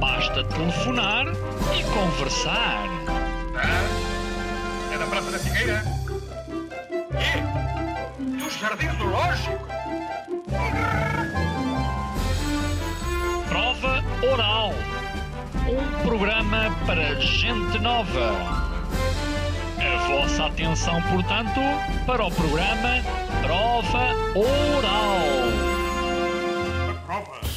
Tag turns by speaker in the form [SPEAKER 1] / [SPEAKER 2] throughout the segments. [SPEAKER 1] Basta telefonar e conversar.
[SPEAKER 2] Ah, é da Praça da Figueira? E? Do Jardim Zoológico?
[SPEAKER 1] Prova Oral. Um programa para gente nova. A vossa atenção, portanto, para o programa Prova Oral.
[SPEAKER 2] A prova.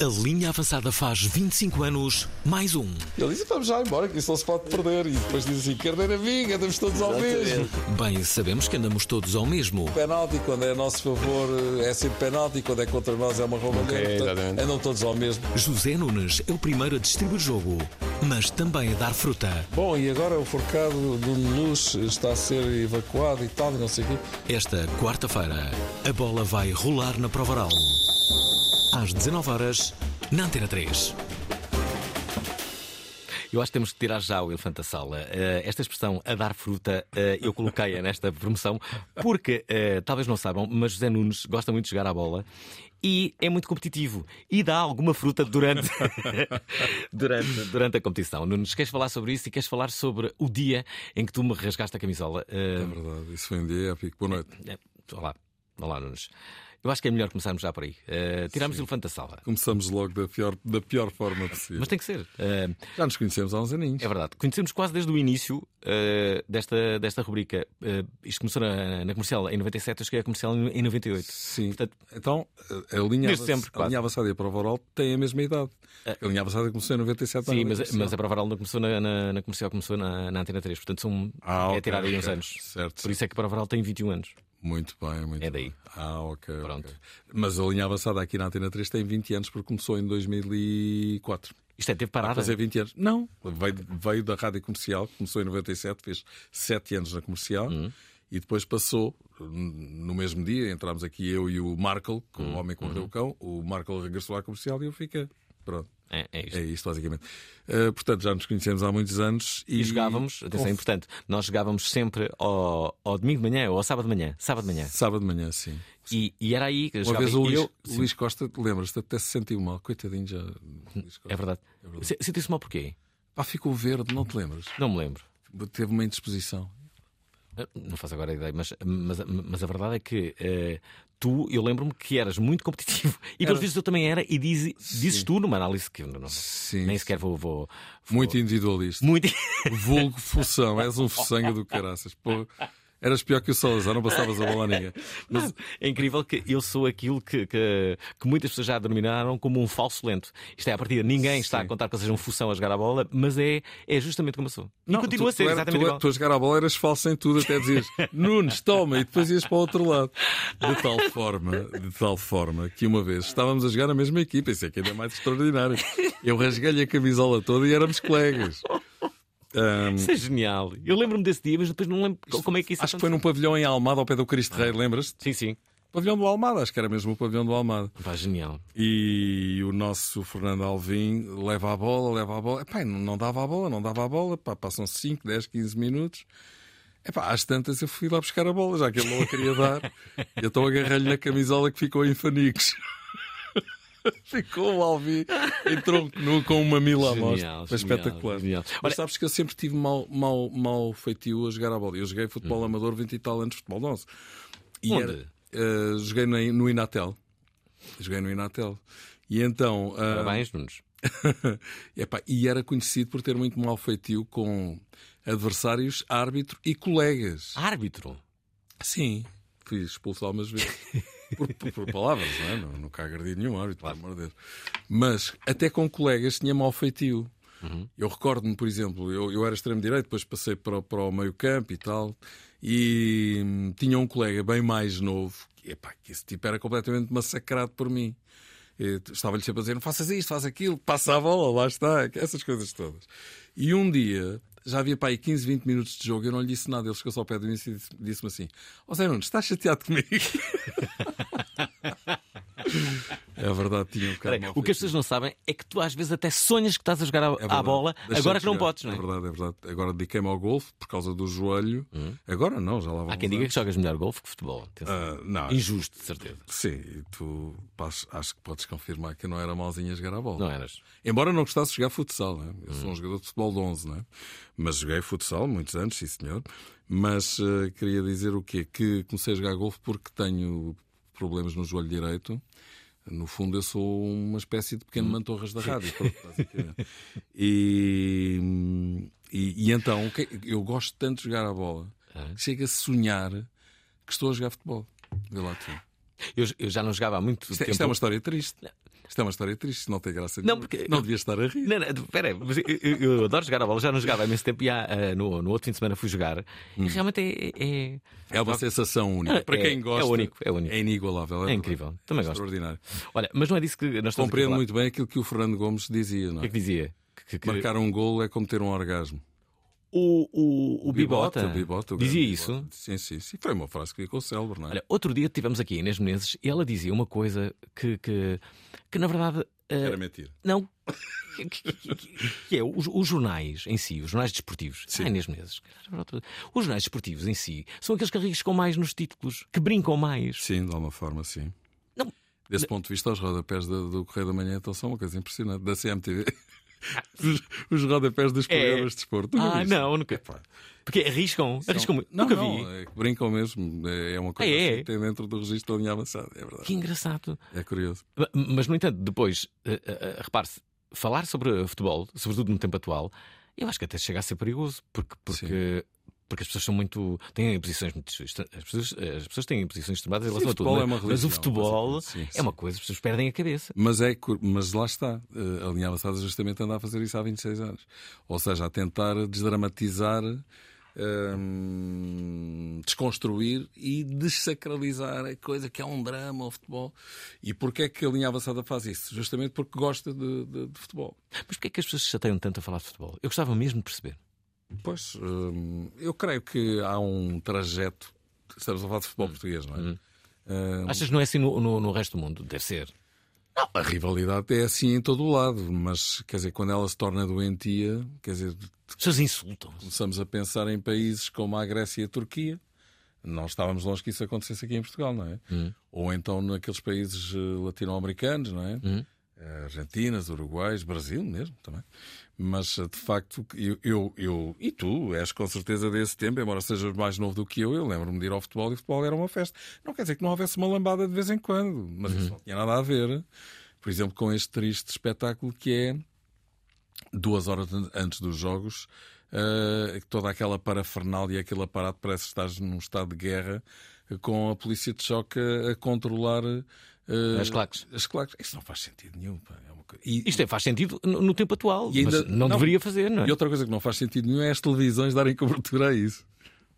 [SPEAKER 3] A linha avançada faz 25 anos, mais um.
[SPEAKER 4] Ele disse: vamos já embora, que isso não se pode perder. E depois diz assim: carneira vinga, estamos todos ao mesmo.
[SPEAKER 3] Bem, sabemos que andamos todos ao mesmo.
[SPEAKER 4] Penalti, quando é a nosso favor, eh, é sempre penalti, quando é contra nós, é uma rouba Portanto, andam todos ao mesmo.
[SPEAKER 3] José Nunes é o primeiro a distribuir jogo, mas também a dar fruta.
[SPEAKER 4] Bom, e agora o forcado do Luz está a ser evacuado e tal, e não sei o quê.
[SPEAKER 3] Esta quarta-feira, a bola vai rolar na prova oral. Às 19 horas, na Antena 3.
[SPEAKER 5] Eu acho que temos que tirar já o elefante da sala. Eh, esta expressão, a dar fruta, eh, eu coloquei-a nesta promoção porque, eh, talvez não saibam, mas José Nunes gosta muito de jogar à bola e é muito competitivo e dá alguma fruta durante, durante, durante a competição. Nunes, queres falar sobre isso e queres falar sobre o dia em que tu me rasgaste a camisola? Eh,
[SPEAKER 6] É verdade, isso foi um dia épico. Boa noite.
[SPEAKER 5] eh, olá, olá, Nunes. Eu acho que é melhor começarmos já por aí. Eh, tiramos o elefante da sala.
[SPEAKER 6] Começamos logo da pior, da pior forma possível.
[SPEAKER 5] Mas tem que ser. Eh,
[SPEAKER 6] Já nos conhecemos há uns aninhos.
[SPEAKER 5] É verdade. Conhecemos quase desde o início eh, desta, desta rubrica. Eh, isto começou na, na comercial em 97, eu cheguei a comercial em, em 98.
[SPEAKER 6] Sim.
[SPEAKER 5] Portanto,
[SPEAKER 6] então, a a linha,
[SPEAKER 5] Desde
[SPEAKER 6] avanç-
[SPEAKER 5] sempre,
[SPEAKER 6] a
[SPEAKER 5] quase. É.
[SPEAKER 6] linha avançada e a prova oral têm a mesma idade. A linha avançada começou em 97
[SPEAKER 5] sim, mas, mas a
[SPEAKER 6] a...
[SPEAKER 5] prova oral não começou na, na, na comercial, começou na, na Antena 3. Portanto, são,
[SPEAKER 6] Ah,
[SPEAKER 5] é
[SPEAKER 6] ok,
[SPEAKER 5] tirar aí uns
[SPEAKER 6] ok.
[SPEAKER 5] anos.
[SPEAKER 6] Certo.
[SPEAKER 5] Por isso é que a prova oral tem 21 anos.
[SPEAKER 6] Muito bem, muito
[SPEAKER 5] É daí.
[SPEAKER 6] bem. Ah, ok.
[SPEAKER 5] Pronto.
[SPEAKER 6] ok. Mas a linha avançada aqui na Antena 3 tem 20 anos porque começou em 2004.
[SPEAKER 5] Isto é, teve
[SPEAKER 6] Vai
[SPEAKER 5] parada.
[SPEAKER 6] fazer 20 anos. Não, veio, veio da rádio comercial, começou em 97, fez 7 anos na comercial
[SPEAKER 5] Uhum.
[SPEAKER 6] e depois passou hum, no mesmo dia. Entramos aqui eu e o Markle, com
[SPEAKER 5] Uhum.
[SPEAKER 6] o homem que mordeu o cão. O Markle regressou à comercial e eu fiquei. Pronto.
[SPEAKER 5] É, é isto.
[SPEAKER 6] É isto, basicamente. Uh, portanto, já nos conhecemos há muitos anos e,
[SPEAKER 5] E jogávamos, atenção, é
[SPEAKER 6] Conf-
[SPEAKER 5] importante, nós jogávamos sempre ao, ao domingo de manhã ou ao sábado de manhã. Sábado de manhã.
[SPEAKER 6] Sábado de manhã, sim.
[SPEAKER 5] E, e era aí que
[SPEAKER 6] Uma
[SPEAKER 5] jogava
[SPEAKER 6] vez o
[SPEAKER 5] e
[SPEAKER 6] Luís,
[SPEAKER 5] eu.
[SPEAKER 6] o Luís Costa, lembras-te, até se sentiu mal. Coitadinho, já. Luís Costa.
[SPEAKER 5] É verdade. Se- Senti-se mal porquê?
[SPEAKER 6] Pá, ficou verde, não te lembras?
[SPEAKER 5] Não me lembro.
[SPEAKER 6] Teve uma indisposição.
[SPEAKER 5] Não faço agora ideia, mas, mas, mas a verdade é que eh, tu, eu lembro-me que eras muito competitivo e pelos vezes eu também era, e diz, dizes tu numa análise que eu não,
[SPEAKER 6] Sim.
[SPEAKER 5] nem sequer vou. vou, vou-
[SPEAKER 6] Muito individualista.
[SPEAKER 5] muito.
[SPEAKER 6] Vulgo fução, és um fuçanga do caraças. Pô, eras pior que o Salazar, não passavas a bola a ninguém. Mas
[SPEAKER 5] é incrível que eu sou aquilo que, que, que muitas pessoas já denominaram como um falso lento. Isto é a partida, ninguém está a contar que eu seja um função a jogar a bola, mas é, é justamente como eu sou. E continua
[SPEAKER 6] tu-
[SPEAKER 5] a ser
[SPEAKER 6] tu, era-
[SPEAKER 5] exatamente
[SPEAKER 6] tu, é-
[SPEAKER 5] igual.
[SPEAKER 6] tu a jogar à bola eras falso em tudo, até dizias Nunes, toma, e depois ias para o outro lado. De tal forma, de tal forma que uma vez estávamos a jogar na mesma equipa, isso é que ainda é mais extraordinário. Eu rasguei-lhe a camisola toda e éramos colegas. Ahm,
[SPEAKER 5] Isso é genial. Eu lembro-me desse dia, mas depois não lembro como é que isso
[SPEAKER 6] acho que foi
[SPEAKER 5] aconteceu.
[SPEAKER 6] num pavilhão em Almada, ao pé do Cristo Rei, lembras-te?
[SPEAKER 5] Sim, sim.
[SPEAKER 6] Pavilhão do Almada, acho que era mesmo o pavilhão do Almada.
[SPEAKER 5] Pá, genial.
[SPEAKER 6] E o nosso Fernando Alvim leva a bola, leva a bola. Epá, não, não dava a bola, não dava a bola. Pá, passam 5, 10, 15 minutos. Epá, às tantas eu fui lá buscar a bola, já que ele não a queria dar. E então agarrei-lhe na camisola que ficou em fanicos. ficou o Alvim em tronco nu com uma mila à
[SPEAKER 5] Genial,
[SPEAKER 6] mostra. Foi
[SPEAKER 5] genial,
[SPEAKER 6] espetacular.
[SPEAKER 5] genial.
[SPEAKER 6] Mas
[SPEAKER 5] Olha-
[SPEAKER 6] sabes que eu sempre tive mau, mau, mau feitio a jogar a bola. Eu joguei futebol amador 20 e tal anos de futebol 11. E
[SPEAKER 5] Uhum. Onde?
[SPEAKER 6] era- eh, joguei no, no Inatel. Joguei no Inatel. E então. ah,
[SPEAKER 5] Parabéns, Nunes.
[SPEAKER 6] epá, e era conhecido por ter muito mau feitio com adversários, árbitro e
[SPEAKER 5] Ah.
[SPEAKER 6] colegas.
[SPEAKER 5] Árbitro.
[SPEAKER 6] Sim. Fui expulso algumas vezes. Por, por- por palavras, não é? Não, nunca agredi nenhum árbitro, pelo amor de Deus. Mas até com colegas tinha mau feitio. Eu recordo-me, por exemplo, eu, eu era extremo-direito, depois passei para, o- para o meio-campo e tal, e hum, tinha um colega bem mais novo, que, epá, que esse tipo era completamente massacrado por mim. eh, Estava-lhe sempre a dizer: não faças isto, faz aquilo, passa a bola, lá está, essas coisas todas. E um dia, já havia para aí 15, 20 minutos de jogo, eu não lhe disse nada, ele chegou-se ao pé de mim e disse- disse-me assim: Ó Zé Nunes, estás chateado comigo? é verdade, tinha um bocado.
[SPEAKER 5] Espera aí,
[SPEAKER 6] mal
[SPEAKER 5] o que as
[SPEAKER 6] feito.
[SPEAKER 5] pessoas não sabem é que tu às vezes até sonhas que estás a jogar à,
[SPEAKER 6] É
[SPEAKER 5] à
[SPEAKER 6] verdade.
[SPEAKER 5] bola,
[SPEAKER 6] Deixa-me
[SPEAKER 5] agora que não
[SPEAKER 6] chegar.
[SPEAKER 5] podes, não é?
[SPEAKER 6] É verdade, é verdade. Agora dediquei-me ao golfe por causa do joelho. Agora não, já lá vamos.
[SPEAKER 5] Hum? Há quem diga que jogas melhor golfe que futebol. atenção.
[SPEAKER 6] Ah, não,
[SPEAKER 5] Injusto, de certeza.
[SPEAKER 6] sim, e tu pá, acho que podes confirmar que eu não era malzinho a jogar a bola.
[SPEAKER 5] Não eras.
[SPEAKER 6] Embora não gostasse de jogar futsal, né? eu sou um jogador de futebol de 11, né? mas joguei futsal muitos anos, sim senhor. Mas eh, queria dizer o quê? Que comecei a jogar golfe porque tenho problemas no joelho direito. No fundo, eu sou uma espécie de
[SPEAKER 5] Hum.
[SPEAKER 6] pequeno mantorras da rádio. pronto, basicamente. e, hum, e, e então, o que- eu gosto tanto de jogar a bola
[SPEAKER 5] Ah.
[SPEAKER 6] que chego a sonhar que estou a jogar futebol. Vê lá tu.
[SPEAKER 5] Eu, eu já não jogava há muito
[SPEAKER 6] Isto, é-
[SPEAKER 5] é tempo.
[SPEAKER 6] isto é uma história triste. Isto é uma história triste, isto não tem graça
[SPEAKER 5] Não,
[SPEAKER 6] nenhuma.
[SPEAKER 5] porque-
[SPEAKER 6] não devia estar a rir.
[SPEAKER 5] Não, não, peraí, mas eu, eu- eu adoro jogar a bola, já não jogava há imenso tempo e há, ah, no, no outro fim de semana fui jogar
[SPEAKER 6] Hum.
[SPEAKER 5] e realmente é. é-
[SPEAKER 6] É uma sensação única.
[SPEAKER 5] É,
[SPEAKER 6] Para quem gosta,
[SPEAKER 5] é único, é único.
[SPEAKER 6] inigualável.
[SPEAKER 5] É incrível. Também gosto.
[SPEAKER 6] Extraordinário.
[SPEAKER 5] Olha, mas não é disso que nós estamos a
[SPEAKER 6] Compreendo
[SPEAKER 5] falar.
[SPEAKER 6] muito bem aquilo que o Fernando Gomes dizia. Não
[SPEAKER 5] O que
[SPEAKER 6] é?
[SPEAKER 5] é que dizia? Que- que-
[SPEAKER 6] Marcar um golo é como ter um orgasmo.
[SPEAKER 5] O, o, o Bibota,
[SPEAKER 6] O Bibota, o grande
[SPEAKER 5] dizia isso.
[SPEAKER 6] Bibota. Sim, sim, sim. Foi uma frase que ficou célebre, não é?
[SPEAKER 5] Olha, outro dia tivemos aqui a Inês Menezes e ela dizia uma coisa que, que, que na verdade. ah,
[SPEAKER 6] Era mentira.
[SPEAKER 5] Não. Que, que- que- que é os, os jornais em si, os jornais desportivos. Ah, Inês Menezes. Os jornais desportivos em si são aqueles que arriscam mais nos títulos, que brincam mais.
[SPEAKER 6] Sim, de alguma forma, sim.
[SPEAKER 5] Não.
[SPEAKER 6] Desse ponto de vista, os rodapés da- do Correio da Manhã então são uma coisa impressionante. Da CMTV. os, os rodapés dos programas de desporto. Nunca
[SPEAKER 5] É. Ah,
[SPEAKER 6] viste?
[SPEAKER 5] não, nunca.
[SPEAKER 6] Epá.
[SPEAKER 5] Porque arriscam, arriscam muito.
[SPEAKER 6] Não,
[SPEAKER 5] Nunca
[SPEAKER 6] não,
[SPEAKER 5] vi.
[SPEAKER 6] é que brincam mesmo. É é uma coisa
[SPEAKER 5] Ah, é?
[SPEAKER 6] assim que tem dentro do registro da linha avançada. É
[SPEAKER 5] Que
[SPEAKER 6] verdade.
[SPEAKER 5] engraçado.
[SPEAKER 6] É curioso.
[SPEAKER 5] Ma- Mas, no entanto, depois, eh, eh, eh, repare-se, falar sobre futebol, sobretudo no tempo atual, eu acho que até chega a ser perigoso, porque, porque, porque as pessoas são muito. têm posições muito. extre- As pessoas, as pessoas têm posições extremadas em
[SPEAKER 6] Sim,
[SPEAKER 5] relação a tudo.
[SPEAKER 6] futebol
[SPEAKER 5] não
[SPEAKER 6] é uma
[SPEAKER 5] mas o
[SPEAKER 6] religião,
[SPEAKER 5] futebol
[SPEAKER 6] basicamente. Sim,
[SPEAKER 5] é uma coisa, as pessoas perdem a cabeça.
[SPEAKER 6] Mas, é, cur- mas lá está. Eh, A linha avançada justamente anda a fazer isso há 26 anos. Ou seja, a tentar desdramatizar, hum, desconstruir e desacralizar a coisa que é um drama, o futebol. E porquê é que a linha avançada faz isso? Justamente porque gosta de, de- de futebol.
[SPEAKER 5] Mas porquê é que as pessoas se chateiam tanto a falar de futebol? Eu gostava mesmo de perceber.
[SPEAKER 6] Pois, hum, eu creio que há um trajeto. Estamos a falar de futebol português, não é? Hum,
[SPEAKER 5] Achas que não é assim no, no- no resto do mundo? Deve ser.
[SPEAKER 6] A rivalidade é assim em todo o lado, mas quer dizer, quando ela se torna doentia, quer dizer,
[SPEAKER 5] As pessoas insultam.
[SPEAKER 6] começamos a pensar em países como a Grécia e a Turquia, não estávamos longe que isso acontecesse aqui em Portugal, não é? Ou então naqueles países eh, latino-americanos, não é? Eh, Argentinas, Uruguaios, Brasil mesmo também. Mas eh, de facto, eu, eu, eu- e tu és com certeza desse tempo, embora sejas mais novo do que eu, eu lembro-me de ir ao futebol e o futebol era uma festa. Não quer dizer que não houvesse uma lambada de vez em quando, mas isso não tinha nada a ver, por exemplo, com este triste espetáculo que é duas horas an- antes dos jogos, eh, toda aquela parafernália, aquele aparato, parece que estás num estado de guerra, eh, com a polícia de choque a, a controlar eh,
[SPEAKER 5] As claques.
[SPEAKER 6] as claques. Isso não faz sentido nenhum. pá, é uma coisa- e-
[SPEAKER 5] Isto é, faz sentido no, no tempo atual,
[SPEAKER 6] E ainda-
[SPEAKER 5] mas não,
[SPEAKER 6] não.
[SPEAKER 5] deveria fazer, não é?
[SPEAKER 6] e outra coisa que não faz sentido nenhum é as televisões darem cobertura a isso.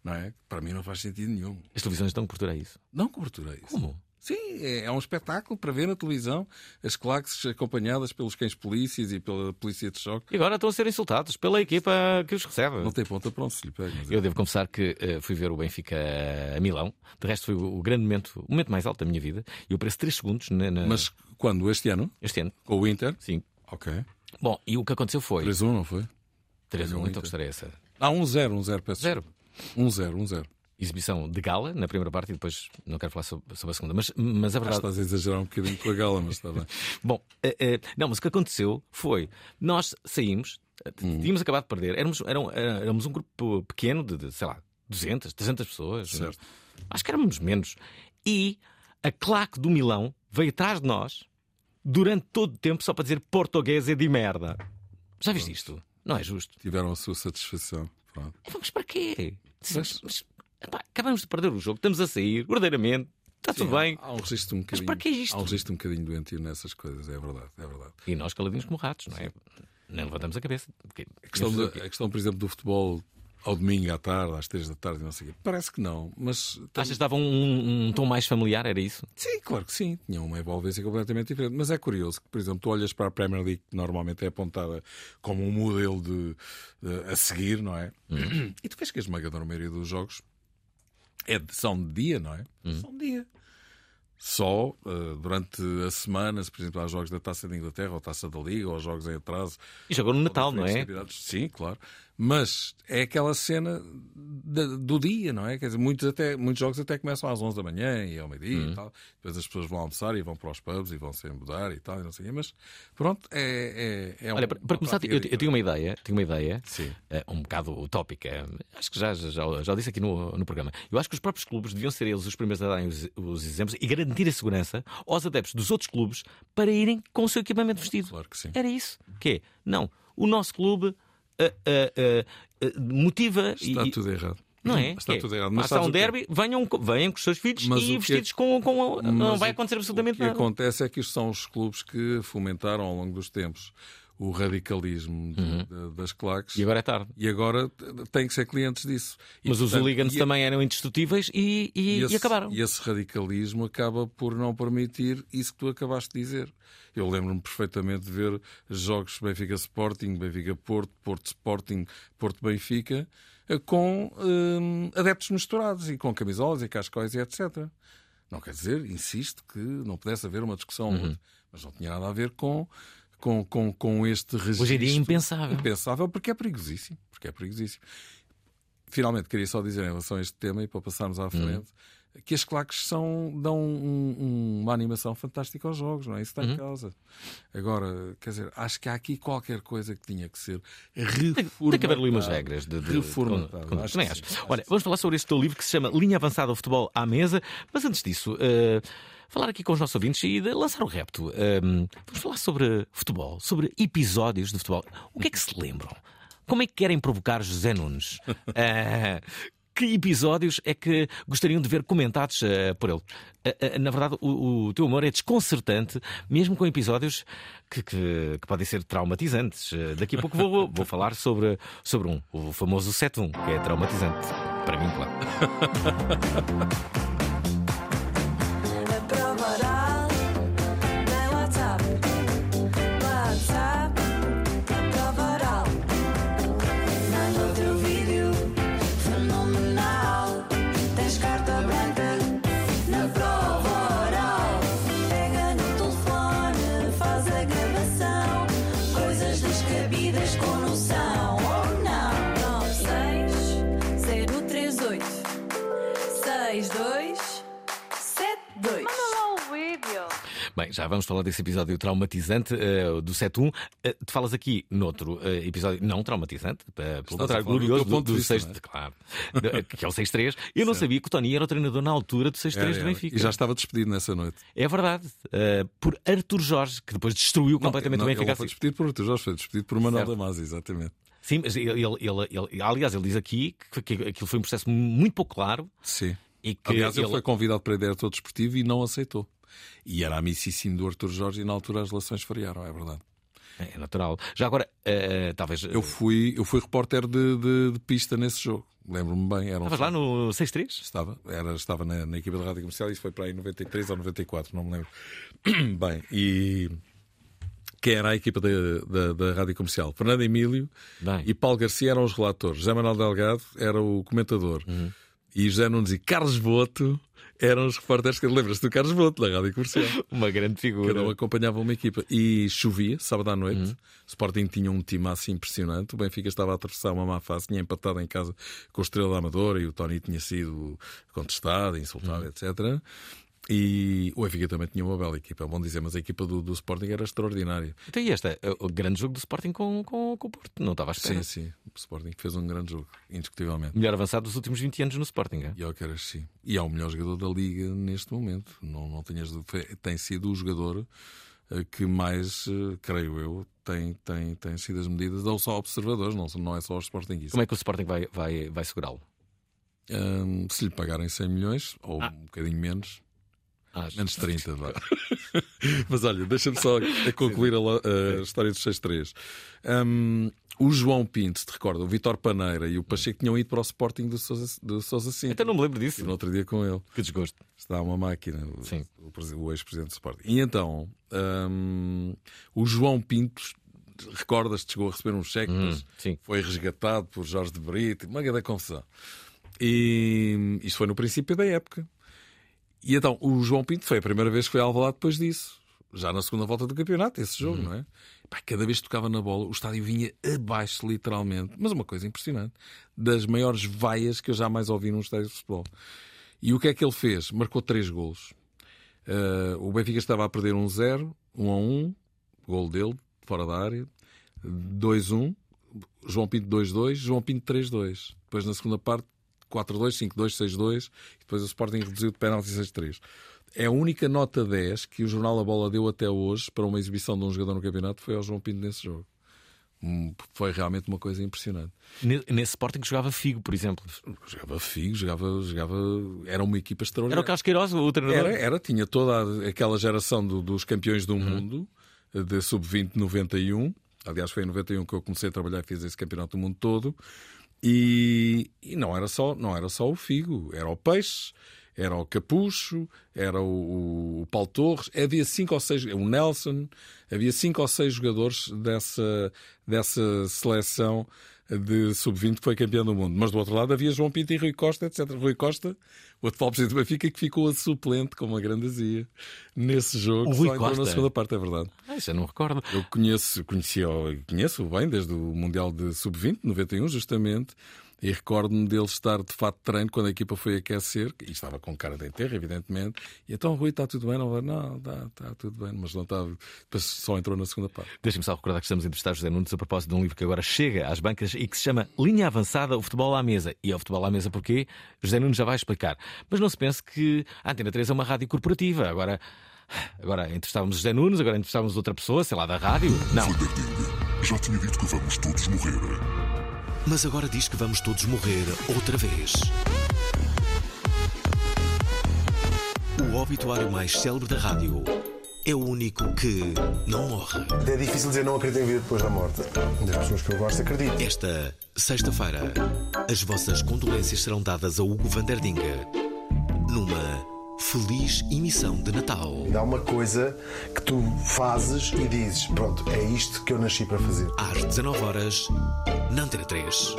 [SPEAKER 6] Não é? Para mim não faz sentido nenhum.
[SPEAKER 5] As televisões dão cobertura a isso.
[SPEAKER 6] Não cobertura a isso.
[SPEAKER 5] Como?
[SPEAKER 6] Sim, é é um espetáculo para ver na televisão as claques acompanhadas pelos cães polícias e pela polícia de choque.
[SPEAKER 5] E agora estão a ser insultados pela equipa que os recebe.
[SPEAKER 6] Não tem ponta pronto se lhe pega. mas é-
[SPEAKER 5] Eu devo confessar que eh, fui ver o Benfica a Milão. De resto, foi o o grande momento, o momento mais alto da minha vida. E eu preço 3 segundos na, na-
[SPEAKER 6] Mas quando? Este ano?
[SPEAKER 5] este ano.
[SPEAKER 6] Com o Inter?
[SPEAKER 5] Sim.
[SPEAKER 6] Ok.
[SPEAKER 5] Bom, e o que aconteceu foi
[SPEAKER 6] 3-1, não foi?
[SPEAKER 5] 3 1 então
[SPEAKER 6] Ganhou o Inter.
[SPEAKER 5] gostaria essa.
[SPEAKER 6] Ah, 1-0, 1-0, peço.
[SPEAKER 5] Zero.
[SPEAKER 6] 1-0, 1-0.
[SPEAKER 5] Exibição de gala na primeira parte e depois não quero falar sobre, sobre a segunda. Mas, mas a
[SPEAKER 6] Acho que
[SPEAKER 5] verdade.
[SPEAKER 6] Estás a exagerar um bocadinho com a gala, mas está bem.
[SPEAKER 5] Bom, eh, eh, não, mas o que aconteceu foi nós saímos, eh, tínhamos acabado de perder, éramos, eram, eh, éramos um grupo pequeno de, de, sei lá, 200, 300 pessoas.
[SPEAKER 6] Certo.
[SPEAKER 5] Acho que éramos menos. E a claque do Milão veio atrás de nós durante todo o tempo só para dizer portuguesa de merda. Já viste isto? Não é justo.
[SPEAKER 6] Tiveram a sua satisfação. Pronto.
[SPEAKER 5] Vamos para quê? Mas, epá, acabamos de perder o jogo, estamos a sair, verdadeiramente, está tudo bem.
[SPEAKER 6] Há um registro um bocadinho.
[SPEAKER 5] para que é isto?
[SPEAKER 6] Há um registro um bocadinho doentio nessas coisas, é verdade, é verdade.
[SPEAKER 5] E nós caladinhos como ratos, não é? Não levantamos a cabeça.
[SPEAKER 6] A questão, da- a questão, por exemplo, do futebol ao domingo à tarde, às três da tarde, não sei o quê. Parece que não, mas.
[SPEAKER 5] Então, Achas que dava um, um tom mais familiar? Era isso?
[SPEAKER 6] Sim, claro que sim. Tinha uma envolvência completamente diferente. Mas é curioso que, por exemplo, tu olhas para a Premier League, que normalmente é apontada como um modelo de, de- a seguir, não é? E tu vês que a esmagadora maioria dos jogos é de, são de dia, não é? São de dia. Só eh, durante a semana, se, por exemplo, há jogos da Taça da Inglaterra, ou Taça da Liga, ou jogos em atraso,
[SPEAKER 5] E jogou no Natal, não é?
[SPEAKER 6] Responsabilidades, Sim, claro. Mas é aquela cena da- do dia, não é? Quer dizer, muitos, até, muitos jogos até começam às 11 da manhã e ao meio-dia
[SPEAKER 5] Uhum.
[SPEAKER 6] e tal. Depois as pessoas vão almoçar e vão para os pubs e vão se mudar e tal, e não sei o quê. Mas pronto, é. é, é
[SPEAKER 5] Olha,
[SPEAKER 6] um-
[SPEAKER 5] para, para
[SPEAKER 6] uma
[SPEAKER 5] começar,
[SPEAKER 6] prática
[SPEAKER 5] eu, eu
[SPEAKER 6] diferente.
[SPEAKER 5] tenho uma ideia, tenho uma ideia
[SPEAKER 6] Sim.
[SPEAKER 5] eh, um bocado utópica. Acho que já, já, já disse aqui no, no programa. Eu acho que os próprios clubes deviam ser eles os primeiros a darem os, os exemplos e garantir a segurança aos adeptos dos outros clubes para irem com o seu equipamento vestido.
[SPEAKER 6] Claro que sim.
[SPEAKER 5] Era isso. Que é? Não. O nosso clube ah, ah, ah, ah, motiva.
[SPEAKER 6] Está
[SPEAKER 5] e,
[SPEAKER 6] tudo errado.
[SPEAKER 5] Não é?
[SPEAKER 6] Está
[SPEAKER 5] Que é?
[SPEAKER 6] tudo errado. Mas
[SPEAKER 5] Passa
[SPEAKER 6] sabes
[SPEAKER 5] um
[SPEAKER 6] o que é?
[SPEAKER 5] derby, venham, com- venham com os seus filhos
[SPEAKER 6] Mas o
[SPEAKER 5] e
[SPEAKER 6] que- é
[SPEAKER 5] vestidos com, com- Não
[SPEAKER 6] Mas
[SPEAKER 5] vai
[SPEAKER 6] o-
[SPEAKER 5] acontecer absolutamente
[SPEAKER 6] o que é
[SPEAKER 5] nada.
[SPEAKER 6] acontece é que isto são os clubes que fomentaram ao longo dos tempos o radicalismo de- de- das claques.
[SPEAKER 5] Uhum. E agora é tarde.
[SPEAKER 6] E agora t- têm que ser clientes disso. E,
[SPEAKER 5] Mas os
[SPEAKER 6] portanto,
[SPEAKER 5] hooligans
[SPEAKER 6] e-
[SPEAKER 5] também eram indestrutíveis e, e- e
[SPEAKER 6] esse,
[SPEAKER 5] acabaram.
[SPEAKER 6] e esse radicalismo acaba por não permitir isso que tu acabaste de dizer. Eu lembro-me perfeitamente de ver jogos Benfica Sporting, Benfica Porto, Porto Sporting, Porto Benfica, eh, com hum, adeptos misturados e com camisolas e cascóis e etc. Não quer dizer, insisto, que não pudesse haver uma discussão,
[SPEAKER 5] Uhum.
[SPEAKER 6] mas não tinha nada a ver com. Com, com, com este registro
[SPEAKER 5] Hoje em dia é impensável.
[SPEAKER 6] impensável porque é perigosíssimo. Porque é perigosíssimo. Finalmente, queria só dizer em relação a este tema e para passarmos à frente, que as claques são, dão um- um- uma animação fantástica aos jogos, não é? Isso está
[SPEAKER 5] Uhum.
[SPEAKER 6] em causa. Agora, quer dizer, acho que há aqui qualquer coisa que tinha que ser reformatada.
[SPEAKER 5] Tem que haver ali umas regras de, de
[SPEAKER 6] reformatada.
[SPEAKER 5] de- de-
[SPEAKER 6] Acho
[SPEAKER 5] também
[SPEAKER 6] que
[SPEAKER 5] acho.
[SPEAKER 6] sim, acho
[SPEAKER 5] Olha, vamos falar sobre este teu livro que se chama Linha Avançada ao Futebol à Mesa, mas antes disso, eh, falar aqui com os nossos ouvintes e de lançar o repto. Eh, vamos falar sobre futebol, sobre episódios de futebol. O que é que se lembram? Como é que querem provocar José Nunes? Eh, Que episódios é que gostariam de ver comentados eh, por ele? Eh, eh, na verdade, o, o teu humor é desconcertante, mesmo com episódios que, que- que podem ser traumatizantes. Eh, daqui a pouco vou, vou falar sobre, sobre um, o famoso 7-1, que é traumatizante. Para mim, claro.
[SPEAKER 7] É prova oral, é WhatsApp. WhatsApp, é prova oral. Manda o teu vídeo, fenomenal. Tens carta branca na prova oral. Pega no telefone, faz a gravação. Coisas descabidas com noção ou não. 96038 62 7-2.
[SPEAKER 8] um-
[SPEAKER 5] Bem, já vamos falar desse episódio traumatizante eh, do 7-1. Eh, tu falas aqui noutro eh, episódio não traumatizante, eh, pelo
[SPEAKER 6] a falar
[SPEAKER 5] contrário,
[SPEAKER 6] do teu
[SPEAKER 5] glorioso do,
[SPEAKER 6] ponto de
[SPEAKER 5] do
[SPEAKER 6] vista,
[SPEAKER 5] 6
[SPEAKER 6] não é?
[SPEAKER 5] claro, do- que é o 6-3. Eu não sabia que o Tony era o treinador na altura do 6-3 do Benfica.
[SPEAKER 6] É, E já estava despedido nessa noite.
[SPEAKER 5] É verdade. eh, por Arthur Jorge, que depois destruiu completamente
[SPEAKER 6] não,
[SPEAKER 5] o
[SPEAKER 6] ele
[SPEAKER 5] Benfica.
[SPEAKER 6] não foi despedido por outros jogos, foi despedido por Manuel
[SPEAKER 5] Certo.
[SPEAKER 6] Damas, exatamente.
[SPEAKER 5] Sim, mas ele, ele- ele- ele- aliás, ele diz aqui que, que aquilo foi um processo muito pouco claro
[SPEAKER 6] Sim.
[SPEAKER 5] e que
[SPEAKER 6] Aliás, ele foi convidado para diretor desportivo e não aceitou. E era amicíssimo do Arthur Jorge e na altura as relações variaram, é verdade.
[SPEAKER 5] É natural. Já agora, eh, talvez.
[SPEAKER 6] Eu fui, eu fui repórter de, de- de pista nesse jogo, lembro-me bem. Era um
[SPEAKER 5] Estavas lá no 6-3?
[SPEAKER 6] Estava, era, estava na, na equipa da Rádio Comercial e isso foi para aí em 93 ou 94, não me lembro. Bem, e quem era a equipa da, da, da Rádio Comercial? Fernando Emílio
[SPEAKER 5] Bem.
[SPEAKER 6] e Paulo Garcia eram os relatores. José Manuel Delgado era o comentador. E José Nunes e Carlos Boto eram os repórteres que lembras-te do Carlos Boto da Rádio Comercial.
[SPEAKER 5] Uma grande
[SPEAKER 6] Cada um
[SPEAKER 5] figura.
[SPEAKER 6] acompanhava uma equipa. E chovia, sábado à noite. O Sporting tinha um time assim impressionante. O Benfica estava a atravessar uma má fase, tinha empatado em casa com o Estrela da Amadora e o Tony tinha sido contestado, insultado, etc. E o Benfica também tinha uma bela equipa, é bom dizer, mas a equipa do, do Sporting era extraordinária.
[SPEAKER 5] Então, e este eh, o grande jogo do Sporting com, com, com o Porto? Não estava à espera.
[SPEAKER 6] Sim, sim. O Sporting fez um grande jogo, indiscutivelmente.
[SPEAKER 5] Melhor avançado dos últimos 20 anos no Sporting. é?
[SPEAKER 6] E ao Caras, sim. E é o melhor jogador da Liga neste momento. Não, não tenhas dúvida. Foi- Tem sido o jogador eh, que mais, eh, creio eu, tem, tem, tem sido as medidas, não só observadores, não, são- não é só os Sportingistas.
[SPEAKER 5] Como é que o Sporting vai, vai, vai segurá-lo?
[SPEAKER 6] é? Ah. Ahm, se lhe pagarem 100 milhões, ou um bocadinho menos,
[SPEAKER 5] Acho.
[SPEAKER 6] Menos 30, vá. Mas olha, deixa-me só a concluir a, lo- a história dos 6-3. Hum, o João Pinto, se te recorda, o Vitor Paneira e o Pacheco tinham ido para o Sporting do Sousa, do Sousa Sintra.
[SPEAKER 5] Até Então não me lembro disso.
[SPEAKER 6] Estive no outro dia com ele.
[SPEAKER 5] Que desgosto.
[SPEAKER 6] Está uma máquina, o-
[SPEAKER 5] Sim.
[SPEAKER 6] o, presi- o ex-presidente do Sporting. E então, hum, o João Pinto, recordas-te, chegou a receber um cheque, mas
[SPEAKER 5] sim.
[SPEAKER 6] foi resgatado por Jorge de Brito, uma grande confusão. E isto foi no princípio da época. E então, o João Pinto foi a primeira vez que foi alvo lá depois disso. Já na segunda volta do campeonato, esse jogo, não é? Pá, cada vez que tocava na bola, o estádio vinha abaixo, literalmente. Mas uma coisa impressionante. Das maiores vaias que eu jamais ouvi num estádio de futebol. E o que é que ele fez? Marcou três golos. Ah, o Benfica estava a perder 1-0, 1-1, gol dele, fora da área, 2-1, João Pinto 2-2, João Pinto 3-2. Depois na segunda parte, 4-2, 5-2, 6-2, e depois o Sporting reduziu de penalti 6-3. É a única nota 10 que o jornal A Bola deu até hoje para uma exibição de um jogador no campeonato foi ao João Pinto nesse jogo. Hum, Foi realmente uma coisa impressionante.
[SPEAKER 5] Ne- Nesse Sporting que jogava Figo, por exemplo.
[SPEAKER 6] Jogava Figo, jogava, jogava. Era uma equipa extraordinária.
[SPEAKER 5] Era o Carlos Queiroz, o treinador.
[SPEAKER 6] Era, era, tinha toda a- aquela geração do- dos campeões do mundo, eh, de sub-20 91. Aliás, foi em 91 que eu comecei a trabalhar e fiz esse campeonato do mundo todo. E, e não, era só, não era só o Figo, era o Peixe, era o Capucho, era o, o Paulo Torres, havia cinco ou seis, o Nelson, havia cinco ou seis jogadores dessa, dessa seleção de sub-20 que foi campeão do mundo. Mas do outro lado havia João Pinto e Rui Costa, etc. Rui Costa, o atual presidente do Benfica, que ficou a suplente com uma grande azia nesse jogo,
[SPEAKER 5] O
[SPEAKER 6] só
[SPEAKER 5] Rui
[SPEAKER 6] entrou na
[SPEAKER 5] Costa?
[SPEAKER 6] segunda parte, é verdade.
[SPEAKER 5] Ah, já não recordo.
[SPEAKER 6] Eu conheço, conhecia, conheço bem desde o Mundial de Sub-20, 91, justamente. E recordo-me dele estar de fato de treino quando a equipa foi aquecer, e estava com cara de enterro, evidentemente. E então, Rui, está tudo bem? Não, vai? não, está, está tudo bem, mas não estava. Depois só entrou na segunda parte.
[SPEAKER 5] Deixa-me só recordar que estamos a entrevistar José Nunes a propósito de um livro que agora chega às bancas e que se chama Linha Avançada, o Futebol à Mesa. E é o Futebol à Mesa porquê? José Nunes já vai explicar. Mas não se pense que a Antena 3 é uma rádio corporativa. Agora, agora entrevistávamos José Nunes, agora entrevistávamos outra pessoa, sei lá, da rádio. Não.
[SPEAKER 9] Já tinha dito que vamos todos morrer.
[SPEAKER 3] Mas agora diz que vamos todos morrer outra vez. O obituário mais célebre da rádio é o único que não morre.
[SPEAKER 10] É difícil dizer não acredito em vida depois da morte. Das pessoas que eu gosto, acredito.
[SPEAKER 3] Esta sexta-feira, as vossas condolências serão dadas a Hugo Vanderdinga numa feliz emissão de Natal.
[SPEAKER 10] Há uma coisa que tu fazes e dizes: pronto, é isto que eu nasci para fazer.
[SPEAKER 3] Às 19 horas, na Antena 3.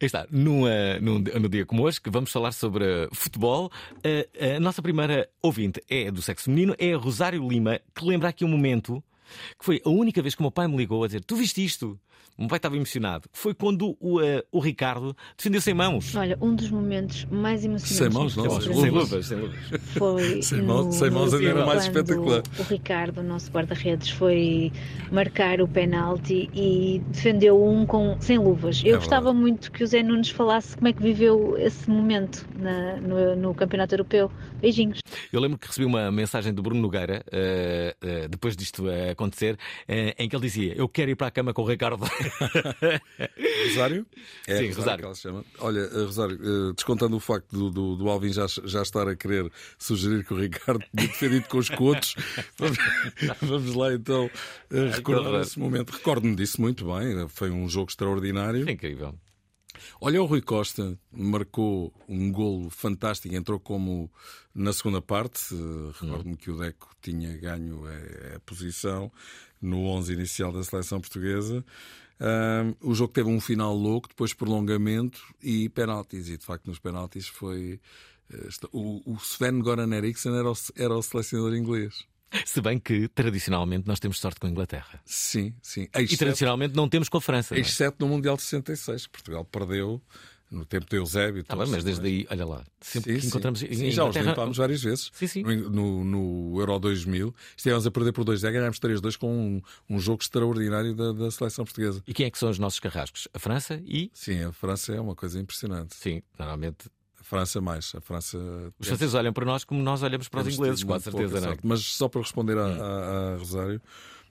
[SPEAKER 5] Aí está, numa, num, num dia como hoje, que vamos falar sobre uh, futebol. Uh, a nossa primeira ouvinte é do sexo feminino, é a Rosário Lima, que lembra aqui um momento que foi a única vez que o meu pai me ligou a dizer: Tu viste isto? O meu pai estava emocionado. Foi quando o, uh, o Ricardo defendeu sem mãos.
[SPEAKER 8] Olha, um dos momentos mais emocionantes
[SPEAKER 6] Sem mãos,
[SPEAKER 8] da
[SPEAKER 6] não,
[SPEAKER 8] minha
[SPEAKER 6] sem
[SPEAKER 8] vida
[SPEAKER 5] Sem luvas, sem luvas.
[SPEAKER 8] foi
[SPEAKER 6] Sem
[SPEAKER 8] no-
[SPEAKER 6] mãos- sem
[SPEAKER 8] no
[SPEAKER 6] mãos ainda era
[SPEAKER 8] quando
[SPEAKER 6] mais espetacular.
[SPEAKER 8] O Ricardo, o nosso guarda-redes, foi marcar o penalti e defendeu um com sem luvas. Eu
[SPEAKER 6] É
[SPEAKER 8] gostava muito que o Zé Nunes falasse como é que viveu esse momento na- no, no Campeonato Europeu. Beijinhos.
[SPEAKER 5] Eu lembro que recebi uma mensagem do Bruno Nogueira, uh, uh, depois disto uh, acontecer, uh, em que ele dizia: Eu quero ir para a cama com o Ricardo.
[SPEAKER 6] Rosário? É,
[SPEAKER 5] Sim, Rosário.
[SPEAKER 6] que ela se chama. Olha, eh, Rosário, eh, descontando o facto do, do, do Alvin já, já estar a querer sugerir que o Ricardo tinha defendido com os cotos, vamos, vamos lá então eh, recordar
[SPEAKER 5] Agora-
[SPEAKER 6] esse momento. Recordo-me disso muito bem, eh, foi um jogo extraordinário.
[SPEAKER 5] Incrível.
[SPEAKER 6] Olha, o Rui Costa marcou um golo fantástico, entrou como na segunda parte. Eh, Recordo-me que o Deco tinha ganho é, a, a posição no 11 inicial da seleção portuguesa. Ahm, o jogo teve um final louco, depois prolongamento e penaltis. E de facto, nos penaltis foi. eh, esta- O, o Sven Goran Eriksson era o, era o selecionador inglês.
[SPEAKER 5] Se bem que, tradicionalmente, nós temos sorte com a Inglaterra.
[SPEAKER 6] Sim, sim.
[SPEAKER 5] E tradicionalmente não temos com a França. não é?
[SPEAKER 6] exceto no Mundial de 66, que Portugal perdeu no tempo de Eusébio.
[SPEAKER 5] Tá bem,
[SPEAKER 6] todos,
[SPEAKER 5] mas desde
[SPEAKER 6] não é?
[SPEAKER 5] aí, olha lá, sempre
[SPEAKER 6] Sim,
[SPEAKER 5] que
[SPEAKER 6] sim.
[SPEAKER 5] encontramos. em-
[SPEAKER 6] Sim,
[SPEAKER 5] em
[SPEAKER 6] já os é.
[SPEAKER 5] Inglaterra-
[SPEAKER 6] limpámos várias vezes.
[SPEAKER 5] Sim, sim.
[SPEAKER 6] No, no Euro 2000, estivemos a perder por 2-0, ganhámos 3-2 com um, um jogo extraordinário da, da seleção portuguesa.
[SPEAKER 5] E quem é que são os nossos carrascos? A França e.
[SPEAKER 6] Sim, a França é uma coisa impressionante.
[SPEAKER 5] Sim, normalmente.
[SPEAKER 6] A França mais. A França.
[SPEAKER 5] Os franceses olham para nós como nós olhamos para os
[SPEAKER 6] temos
[SPEAKER 5] ingleses,
[SPEAKER 6] tido
[SPEAKER 5] com a
[SPEAKER 6] muito
[SPEAKER 5] certeza,
[SPEAKER 6] pouca
[SPEAKER 5] não é? Hum.
[SPEAKER 6] sorte. Mas só para responder à- à- à Rosário,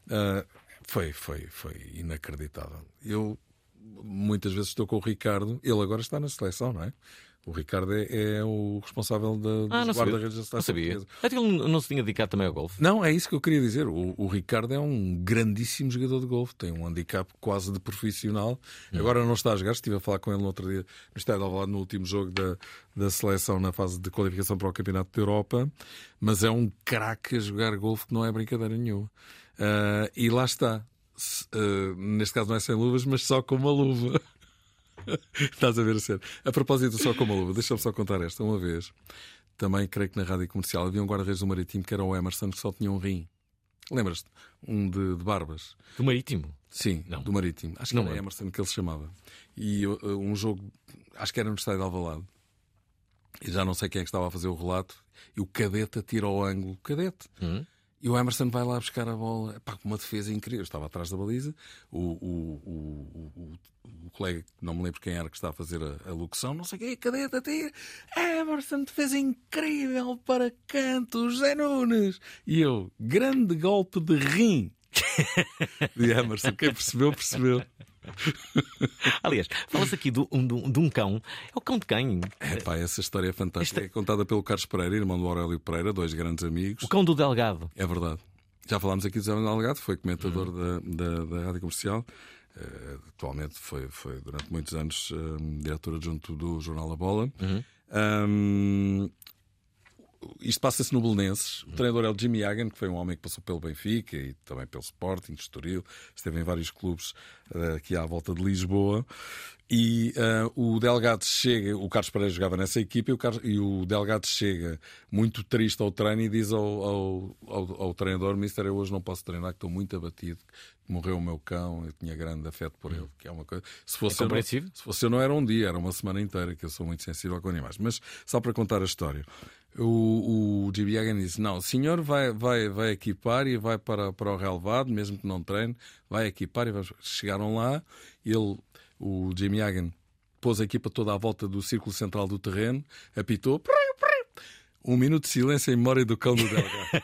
[SPEAKER 6] ah, foi, foi, foi inacreditável. Eu muitas vezes estou com o Ricardo, ele agora está na seleção, não é? O Ricardo é, é o responsável da,
[SPEAKER 5] Ah, não
[SPEAKER 6] dos guarda-redes
[SPEAKER 5] sabia. Não
[SPEAKER 6] da seleção
[SPEAKER 5] sabia.
[SPEAKER 6] portuguesa.
[SPEAKER 5] Até ele não se tinha dedicado também ao golfe.
[SPEAKER 6] Não, é isso que eu queria dizer. O, o Ricardo é um grandíssimo jogador de golfe, tem um handicap quase de profissional. Agora não está a jogar, estive a falar com ele no outro dia no estádio de Alvalade, no último jogo da, da seleção na fase de qualificação para o Campeonato da Europa, mas é um craque a jogar golfe que não é brincadeira nenhuma. Ah, e lá está. Se, ah, neste caso não é sem luvas, mas só com uma luva. Estás a ver a sério. A propósito, só com uma luva, deixa-me só contar esta uma vez. Também creio que na rádio comercial havia um guarda-redes do Marítimo que era o Emerson, que só tinha um rim. Lembras-te? Um de, de barbas.
[SPEAKER 5] Do Marítimo?
[SPEAKER 6] Sim,
[SPEAKER 5] Não.
[SPEAKER 6] do Marítimo. Acho que
[SPEAKER 5] Não
[SPEAKER 6] era
[SPEAKER 5] lembro.
[SPEAKER 6] Emerson que ele se chamava. E uh, um jogo, acho que era no estádio de Alvalade. E já não sei quem é que estava a fazer o relato. E o cadete atira ao ângulo. Cadete.
[SPEAKER 5] Hum?
[SPEAKER 6] E o Emerson vai lá buscar a bola. Pá, com uma defesa incrível. Eu estava atrás da baliza. O, o- o- o- o- o colega, que não me lembro quem era que está a fazer a, a locução, não sei quem, cadete atira. Emerson, defesa incrível para canto, José Nunes. E eu, grande golpe de rim. De Emerson, quem percebeu, percebeu.
[SPEAKER 5] Aliás, fala-se aqui do- um- de um, de um cão. É o cão de quem?
[SPEAKER 6] Epá, essa história é fantástica. É contada pelo Carlos Pereira, irmão do Aurélio Pereira, dois grandes amigos.
[SPEAKER 5] O cão do Delgado.
[SPEAKER 6] É verdade. Já falámos aqui do Zé Manuel Algado, foi comentador da, da, da Rádio Comercial. Eh, atualmente foi, foi durante muitos anos eh, diretor adjunto do Jornal A Bola. Ahm, isto passa-se no Belenenses. O treinador é o Jimmy Hagan, que foi um homem que passou pelo Benfica e também pelo Sporting, Estoril, esteve em vários clubes eh, aqui à volta de Lisboa. E ah, o Delgado chega, o Carlos Pereira jogava nessa equipa e o, Carlos- e o Delgado chega muito triste ao treino e diz ao, ao, ao- ao treinador: Mister, eu hoje não posso treinar, que estou muito abatido, que morreu o meu cão, eu tinha grande afeto por ele, que é uma coisa. Se fosse eu não-
[SPEAKER 5] compreensível?
[SPEAKER 6] se fosse eu não era um dia, era uma semana inteira, que eu sou muito sensível com animais. Mas só para contar a história. O, o G.B. Hagan disse: Não, o senhor vai, vai, vai equipar e vai para, para o relevado, mesmo que não treine, vai equipar e vai... chegaram um lá. Ele, o Jimmy Hagan pôs a equipa toda à volta do círculo central do terreno, apitou. prim, prim. Um minuto de silêncio em memória do cão do Delgado.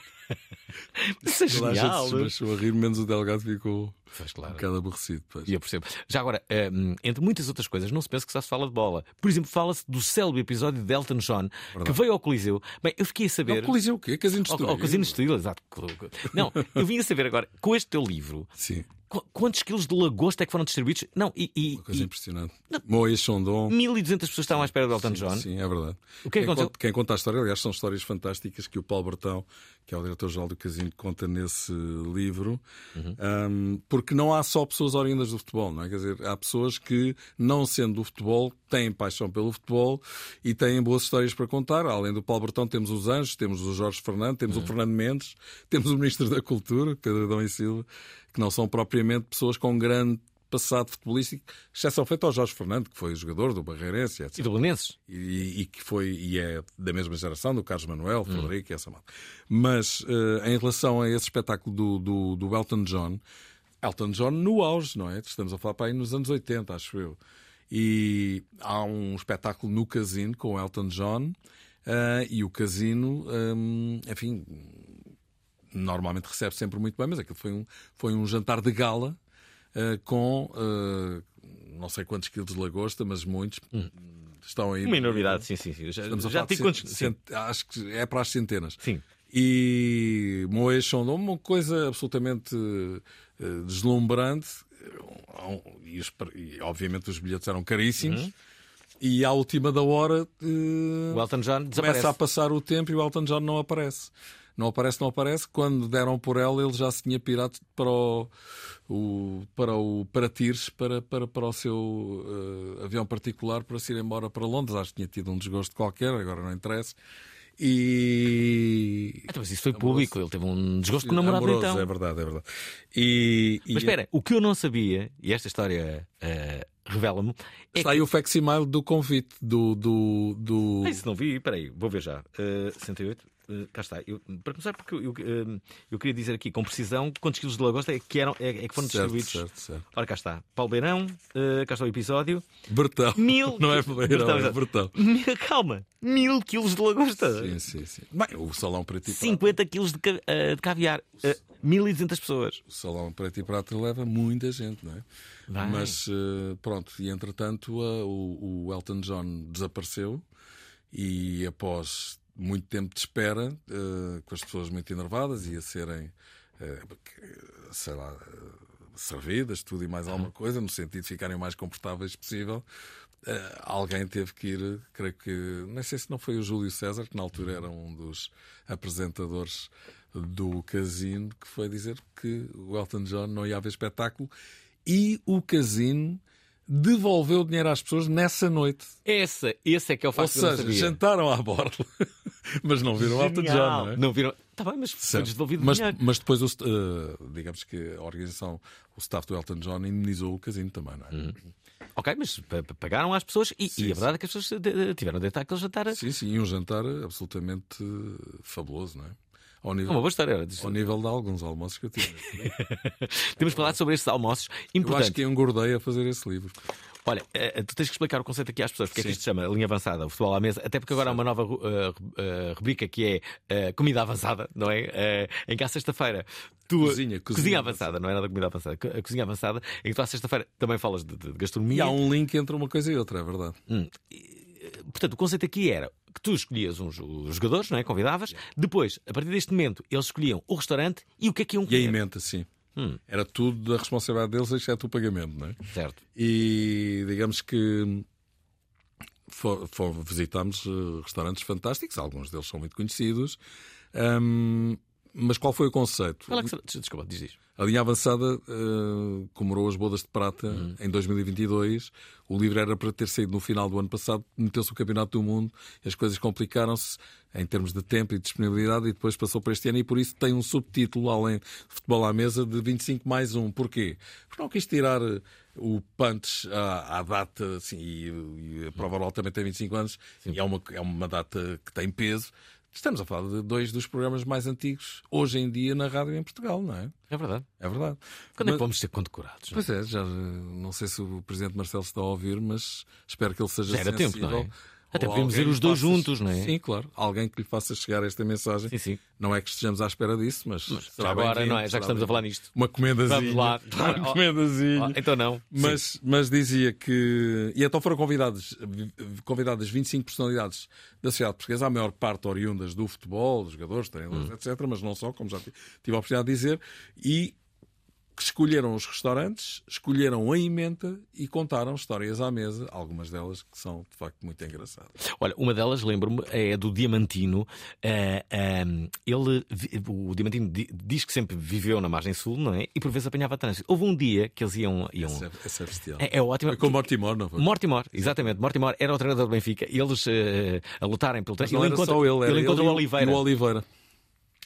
[SPEAKER 5] Isso é
[SPEAKER 6] Toda a gente
[SPEAKER 5] genial.
[SPEAKER 6] se baixou a rir, menos o Delgado ficou
[SPEAKER 5] Pois claro.
[SPEAKER 6] um bocado aborrecido. pois.
[SPEAKER 5] E eu percebo. Já agora, hum, entre muitas outras coisas, não se pensa que só se fala de bola. Por exemplo, fala-se do célebre episódio de Elton John, que veio ao Coliseu. Bem, eu fiquei a saber.
[SPEAKER 6] Não, coliseu É o quê? Casino de é
[SPEAKER 5] Ao, ao
[SPEAKER 6] Estoril.
[SPEAKER 5] Coliseu de Estoril, exato. Não, eu vim a saber agora, com este teu livro,
[SPEAKER 6] Sim.
[SPEAKER 5] qu- quantos quilos de lagosta é que foram distribuídos? Não, e. e,
[SPEAKER 6] Coisa
[SPEAKER 5] e
[SPEAKER 6] impressionante. Moias Sondon.
[SPEAKER 5] 1200 pessoas estavam à espera do Elton John.
[SPEAKER 6] Sim, é verdade.
[SPEAKER 5] O que é que
[SPEAKER 6] quem,
[SPEAKER 5] aconteceu?
[SPEAKER 6] conta, quem conta a história, aliás, são histórias fantásticas que o Paulo Bertão, que é o diretor-geral do Casino, conta nesse livro,
[SPEAKER 5] Uhum.
[SPEAKER 6] Ahm, porque não há só pessoas oriundas do futebol, não é? Quer dizer, há pessoas que, não sendo do futebol, têm paixão pelo futebol e têm boas histórias para contar. Além do Paulo Bertão, temos os Anjos, temos o Jorge Fernando, temos
[SPEAKER 5] Uhum.
[SPEAKER 6] o Fernando Mendes, temos o Ministro da Cultura, Cadradão e Silva, que não são propriamente pessoas com grande passado futebolístico, exceção feita ao Jorge Fernando, que foi jogador do Barreirense, etc
[SPEAKER 5] E do Belenenses.
[SPEAKER 6] e, e que foi e é da mesma geração do Carlos Manuel,
[SPEAKER 5] Hum.
[SPEAKER 6] Frederico e essa malta. Mas eh, em relação a esse espetáculo do, do, do Elton John, Elton John no auge, não é? Estamos a falar para aí nos anos 80, acho eu. E há um espetáculo no casino com o Elton John eh, e o casino, hum, enfim, normalmente recebe sempre muito bem, mas aquilo foi um, foi um jantar de gala eh, com eh, não sei quantos quilos de lagosta, mas muitos. Estão aí
[SPEAKER 5] Hum. Uma enormidade, sim, sim, sim. Já,
[SPEAKER 6] Estamos a
[SPEAKER 5] já
[SPEAKER 6] falar de
[SPEAKER 5] tem quantos.
[SPEAKER 6] cent-
[SPEAKER 5] Sim.
[SPEAKER 6] cent- Acho que é para as centenas.
[SPEAKER 5] Sim.
[SPEAKER 6] E Moes Sondon, uma coisa absolutamente eh, deslumbrante. Eh, E, os pre- e, obviamente os bilhetes eram caríssimos. E à última da hora eh,
[SPEAKER 5] Uhum. O Elton John desaparece.
[SPEAKER 6] começa a passar o tempo e o Elton John não aparece. Não aparece, não aparece. Quando deram por ela, ele já se tinha pirado para o, o- para o para Tires, para, para, para o seu eh, avião particular para se ir embora para Londres. Acho que tinha tido um desgosto qualquer, agora não interessa. E.
[SPEAKER 5] Então, mas isso foi público, ele teve um desgosto com o namorado
[SPEAKER 6] Amoroso,
[SPEAKER 5] então.
[SPEAKER 6] é verdade, é verdade. E, e
[SPEAKER 5] Mas espera, o que eu não sabia, e esta história eh, revela-me, é
[SPEAKER 6] Está aí o facsimile do convite do. do, do...
[SPEAKER 5] Ah, isso não vi, peraí, vou ver já. Eh, 68, eh, cá está. Eu- para começar, porque eu, eh, eu queria dizer aqui com precisão quantos quilos de lagosta é que, eram, é, é que foram
[SPEAKER 6] Certo,
[SPEAKER 5] distribuídos.
[SPEAKER 6] certo, certo.
[SPEAKER 5] Ora, cá está. Paulo Beirão, eh, cá está o episódio.
[SPEAKER 6] Bertão.
[SPEAKER 5] Mil.
[SPEAKER 6] Não é Beirão, é
[SPEAKER 5] exato.
[SPEAKER 6] Bertão.
[SPEAKER 5] Mil- Calma, mil quilos de lagosta.
[SPEAKER 6] Sim, sim, sim. Bem, o salão preto e prato.
[SPEAKER 5] 50 quilos de, ca- eh, de caviar. Eh, 1200 pessoas.
[SPEAKER 6] o salão preto e prato leva muita gente, não é?
[SPEAKER 5] Vai.
[SPEAKER 6] Mas eh, pronto, e entretanto a- o, o Elton John desapareceu E após muito tempo de espera, uh, com as pessoas muito enervadas e a serem, uh, sei lá, uh, servidas, tudo e mais alguma coisa, no sentido de ficarem o mais confortáveis possível, Uh, alguém teve que ir, creio que, não sei se não foi o Júlio César, que na altura era um dos apresentadores do Casino, que foi dizer que o Elton John não ia haver espetáculo e o Casino devolveu o dinheiro às pessoas nessa noite.
[SPEAKER 5] Essa, esse é que é o facto
[SPEAKER 6] Ou seja,
[SPEAKER 5] que eu não sabia.
[SPEAKER 6] jantaram à borla, mas não viram o Elton John,
[SPEAKER 5] Genial.
[SPEAKER 6] não é?
[SPEAKER 5] Não viram. Está bem, mas foi
[SPEAKER 6] Certo.
[SPEAKER 5] devolvido
[SPEAKER 6] mas,
[SPEAKER 5] dinheiro.
[SPEAKER 6] mas depois, o st- eh, digamos que a organização, o staff do Elton John, indemnizou o casino também,
[SPEAKER 5] Uhum.
[SPEAKER 6] não é?
[SPEAKER 5] Ok, mas pa- pa- pagaram às pessoas e, e a verdade é que as pessoas de- de- tiveram de estar aquele jantar.
[SPEAKER 6] Sim, sim, e um jantar absolutamente eh, fabuloso, não é? Ao nível,
[SPEAKER 5] Uma boa história, era disso.
[SPEAKER 6] ao nível de alguns almoços que eu tive.
[SPEAKER 5] Temos falado sobre estes almoços.
[SPEAKER 6] eu
[SPEAKER 5] Importante.
[SPEAKER 6] acho que engordei a fazer esse livro.
[SPEAKER 5] Olha, eh, tu tens que explicar o conceito aqui às pessoas, porque é que
[SPEAKER 6] Sim.
[SPEAKER 5] isto se chama linha avançada, o futebol à mesa, até porque agora há uma nova ru- eh, ru- eh, rubrica que é eh, comida avançada, não é? Eh, em que à sexta-feira tu.
[SPEAKER 6] Cozinha, cozinha
[SPEAKER 5] avançada, não é nada comida avançada, co- a cozinha avançada, em que tu à sexta-feira também falas de, de- de gastronomia.
[SPEAKER 6] E há um link entre uma coisa e outra, é verdade.
[SPEAKER 5] Portanto, o conceito aqui era que tu escolhias uns, os jogadores, não é? Convidavas, depois, a partir deste momento, eles escolhiam o restaurante e o que é Hum. que iam
[SPEAKER 6] E a
[SPEAKER 5] comer.
[SPEAKER 6] emenda, sim. Era tudo da responsabilidade deles, exceto o pagamento, não é?
[SPEAKER 5] Certo.
[SPEAKER 6] E digamos que fo- fo- visitámos eh, restaurantes fantásticos, alguns deles são muito conhecidos. Ahm, mas qual foi o conceito?
[SPEAKER 5] Qual é que será- des- Desculpa, diz isto.
[SPEAKER 6] A linha avançada eh, comemorou as bodas de prata em 2022. O livro era para ter saído no final do ano passado, meteu-se o Campeonato do Mundo, as coisas complicaram-se em termos de tempo e disponibilidade, e depois passou para este ano, e por isso tem um subtítulo, além de Futebol à Mesa, de 25 mais 1. Porquê? Porque não quis tirar eh, o punch à, à data, assim, e, e a prova oral também tem 25 anos, e é uma, é uma data que tem peso. Estamos a falar de dois dos programas mais antigos hoje em dia na rádio em Portugal, não é?
[SPEAKER 5] É verdade.
[SPEAKER 6] É verdade.
[SPEAKER 5] Quando é
[SPEAKER 6] Mas-
[SPEAKER 5] que vamos ser condecorados? não é?
[SPEAKER 6] Pois é, já eh, não sei se o Presidente Marcelo está a ouvir, mas espero que ele seja
[SPEAKER 5] Já era tempo,
[SPEAKER 6] sensível.
[SPEAKER 5] não é? Até
[SPEAKER 6] Ou
[SPEAKER 5] podíamos
[SPEAKER 6] alguém
[SPEAKER 5] ir os
[SPEAKER 6] que
[SPEAKER 5] dois
[SPEAKER 6] faça-
[SPEAKER 5] juntos, não é?
[SPEAKER 6] Sim, claro. Alguém que lhe faça chegar esta mensagem.
[SPEAKER 5] Sim, sim.
[SPEAKER 6] Não é que estejamos à espera disso, mas. será
[SPEAKER 5] agora,
[SPEAKER 6] bem-vindo,
[SPEAKER 5] não é? Já
[SPEAKER 6] será
[SPEAKER 5] que estamos a falar
[SPEAKER 6] bem-vindo.
[SPEAKER 5] nisto.
[SPEAKER 6] Uma comendazinha.
[SPEAKER 5] Vamos lá.
[SPEAKER 6] Uma comendazinha.
[SPEAKER 5] Ah, então não. Sim.
[SPEAKER 6] Mas, mas dizia que. E então foram convidados, convidadas 25 personalidades da sociedade portuguesa, a maior parte oriundas do futebol, dos jogadores, treinadores,
[SPEAKER 5] Hum.
[SPEAKER 6] etc., mas não só, como já ti- tive a oportunidade de dizer, e que escolheram os restaurantes, escolheram a emenda e contaram histórias à mesa, algumas delas que são de facto muito engraçadas.
[SPEAKER 5] Olha, uma delas, lembro-me, é do Diamantino. Ah, ahm, ele, vi- o Diamantino di- diz que sempre viveu na margem sul, não é? E por vezes apanhava trânsito. Houve um dia que eles iam. iam...
[SPEAKER 6] Essa é, essa é bestial.
[SPEAKER 5] É, é ótimo.
[SPEAKER 6] Foi com o Mortimor, não foi?
[SPEAKER 5] Mortimor, exatamente. Mortimor era o treinador do Benfica. E eles eh, a lutarem pelo
[SPEAKER 6] Mas
[SPEAKER 5] trânsito.
[SPEAKER 6] não era só ele, era
[SPEAKER 5] ele encontra
[SPEAKER 6] e
[SPEAKER 5] o Oliveira.
[SPEAKER 6] E o Oliveira.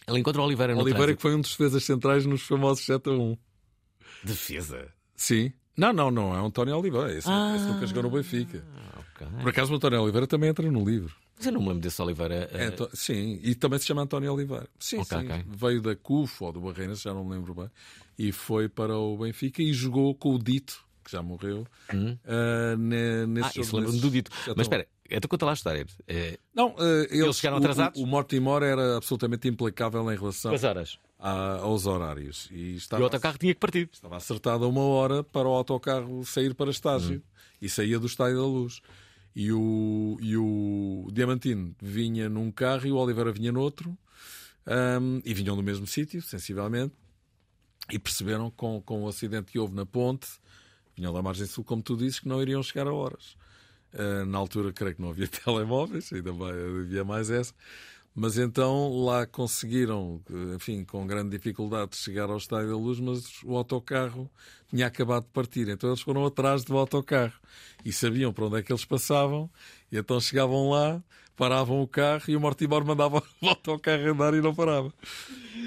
[SPEAKER 5] Ele encontra o Oliveira no
[SPEAKER 6] Oliveira que
[SPEAKER 5] trânsito.
[SPEAKER 6] foi um dos defesas centrais nos famosos 7 a 1.
[SPEAKER 5] Defesa.
[SPEAKER 6] Sim. Não, não, não, é o António Oliveira. Esse, esse nunca jogou no Benfica.
[SPEAKER 5] Ah, Ok.
[SPEAKER 6] Por acaso o António Oliveira também entra no livro.
[SPEAKER 5] Mas eu não me lembro desse Oliveira. eh,
[SPEAKER 6] É, Anto- sim, e também se chama António Oliveira. Sim,
[SPEAKER 5] Ok,
[SPEAKER 6] sim.
[SPEAKER 5] ok.
[SPEAKER 6] Veio da CUF ou do Barreiras, já não me lembro bem, e foi para o Benfica e jogou com o Dito, que já morreu, ah, ne-
[SPEAKER 5] Hum. Ah,
[SPEAKER 6] nesse jogo,
[SPEAKER 5] isso lembro-me
[SPEAKER 6] nesses-
[SPEAKER 5] do dito.
[SPEAKER 6] Já
[SPEAKER 5] Mas
[SPEAKER 6] estão-
[SPEAKER 5] espera, então conta lá a história. Eh,
[SPEAKER 6] Não, ah, eles,
[SPEAKER 5] chegaram
[SPEAKER 6] o-
[SPEAKER 5] atrasados?
[SPEAKER 6] O, o Mortimor era absolutamente implacável em relação
[SPEAKER 5] Quantas horas?
[SPEAKER 6] a- aos horários. E
[SPEAKER 5] E o
[SPEAKER 6] estava,
[SPEAKER 5] autocarro tinha que partir.
[SPEAKER 6] estava acertada uma hora para o autocarro sair para estágio. E saía do estádio da luz. E o, e o Diamantino vinha num carro e o Oliveira vinha noutro. Ahm, e vinham do mesmo sítio, sensivelmente. E perceberam com, com o acidente que houve na ponte, vinham da margem sul, como tu dizes, que não iriam chegar a horas. Ah, na altura, creio que não havia telemóveis, ainda bem, havia mais essa. Mas então lá conseguiram, enfim, com grande dificuldade, chegar ao Estádio da Luz, mas o autocarro tinha acabado de partir. Então eles foram atrás do autocarro e sabiam para onde é que eles passavam. E então chegavam lá, paravam o carro e o Mortimor mandava o autocarro andar e não parava.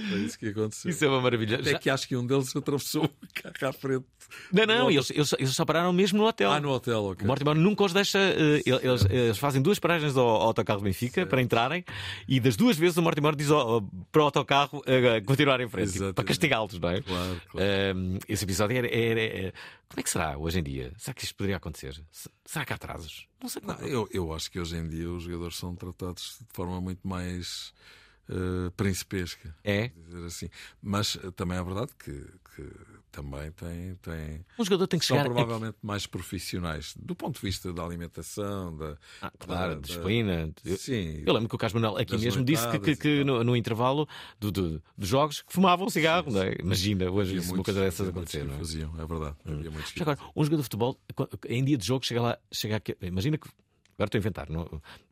[SPEAKER 6] Foi isso que aconteceu.
[SPEAKER 5] Isso é uma maravilha.
[SPEAKER 6] Até
[SPEAKER 5] Já-
[SPEAKER 6] que acho que um deles atravessou o carro à frente.
[SPEAKER 5] Não, não,
[SPEAKER 6] No
[SPEAKER 5] eles, eles, eles só pararam mesmo no hotel.
[SPEAKER 6] Ah, no hotel,
[SPEAKER 5] O
[SPEAKER 6] ok.
[SPEAKER 5] Mortimer nunca os deixa. eh, ele- eles, eles fazem duas paragens ao, ao autocarro do Benfica para entrarem e das duas vezes o Mortimer diz ao- ao- para o autocarro eh, continuar em frente, tipo,
[SPEAKER 6] Exatamente.
[SPEAKER 5] para castigá-los, não é?
[SPEAKER 6] Claro, claro.
[SPEAKER 5] Ahm, esse episódio era, era- era- Como é que será hoje em dia? Será que isto poderia acontecer? Se- Será que há atrasos? Não sei.
[SPEAKER 6] Não, eu, eu acho que hoje em dia os jogadores são tratados de forma muito mais eh, uh, principesca.
[SPEAKER 5] É?
[SPEAKER 6] Dizer assim. Mas uh, também é verdade que, que também tem, tem.
[SPEAKER 5] Um jogador tem que
[SPEAKER 6] são
[SPEAKER 5] chegar
[SPEAKER 6] provavelmente mais profissionais do ponto de vista da alimentação, da.
[SPEAKER 5] Ah, claro,
[SPEAKER 6] da-
[SPEAKER 5] disciplina. Eu-
[SPEAKER 6] Sim.
[SPEAKER 5] Eu lembro que o Carlos Manuel aqui
[SPEAKER 6] Das
[SPEAKER 5] mesmo disse que, que-
[SPEAKER 6] noitadas
[SPEAKER 5] que no, no intervalo do- do- dos jogos que fumavam cigarro. não é? Imagina hoje
[SPEAKER 6] Havia
[SPEAKER 5] se uma
[SPEAKER 6] muitos-
[SPEAKER 5] coisa dessas
[SPEAKER 6] havia muitos
[SPEAKER 5] acontecer. não é?
[SPEAKER 6] que faziam, é verdade. Havia muitos que
[SPEAKER 5] Já agora, um jogador de futebol, qu- em dia de jogo, chega lá, chega aqui, imagina que. Agora estou a inventar, não,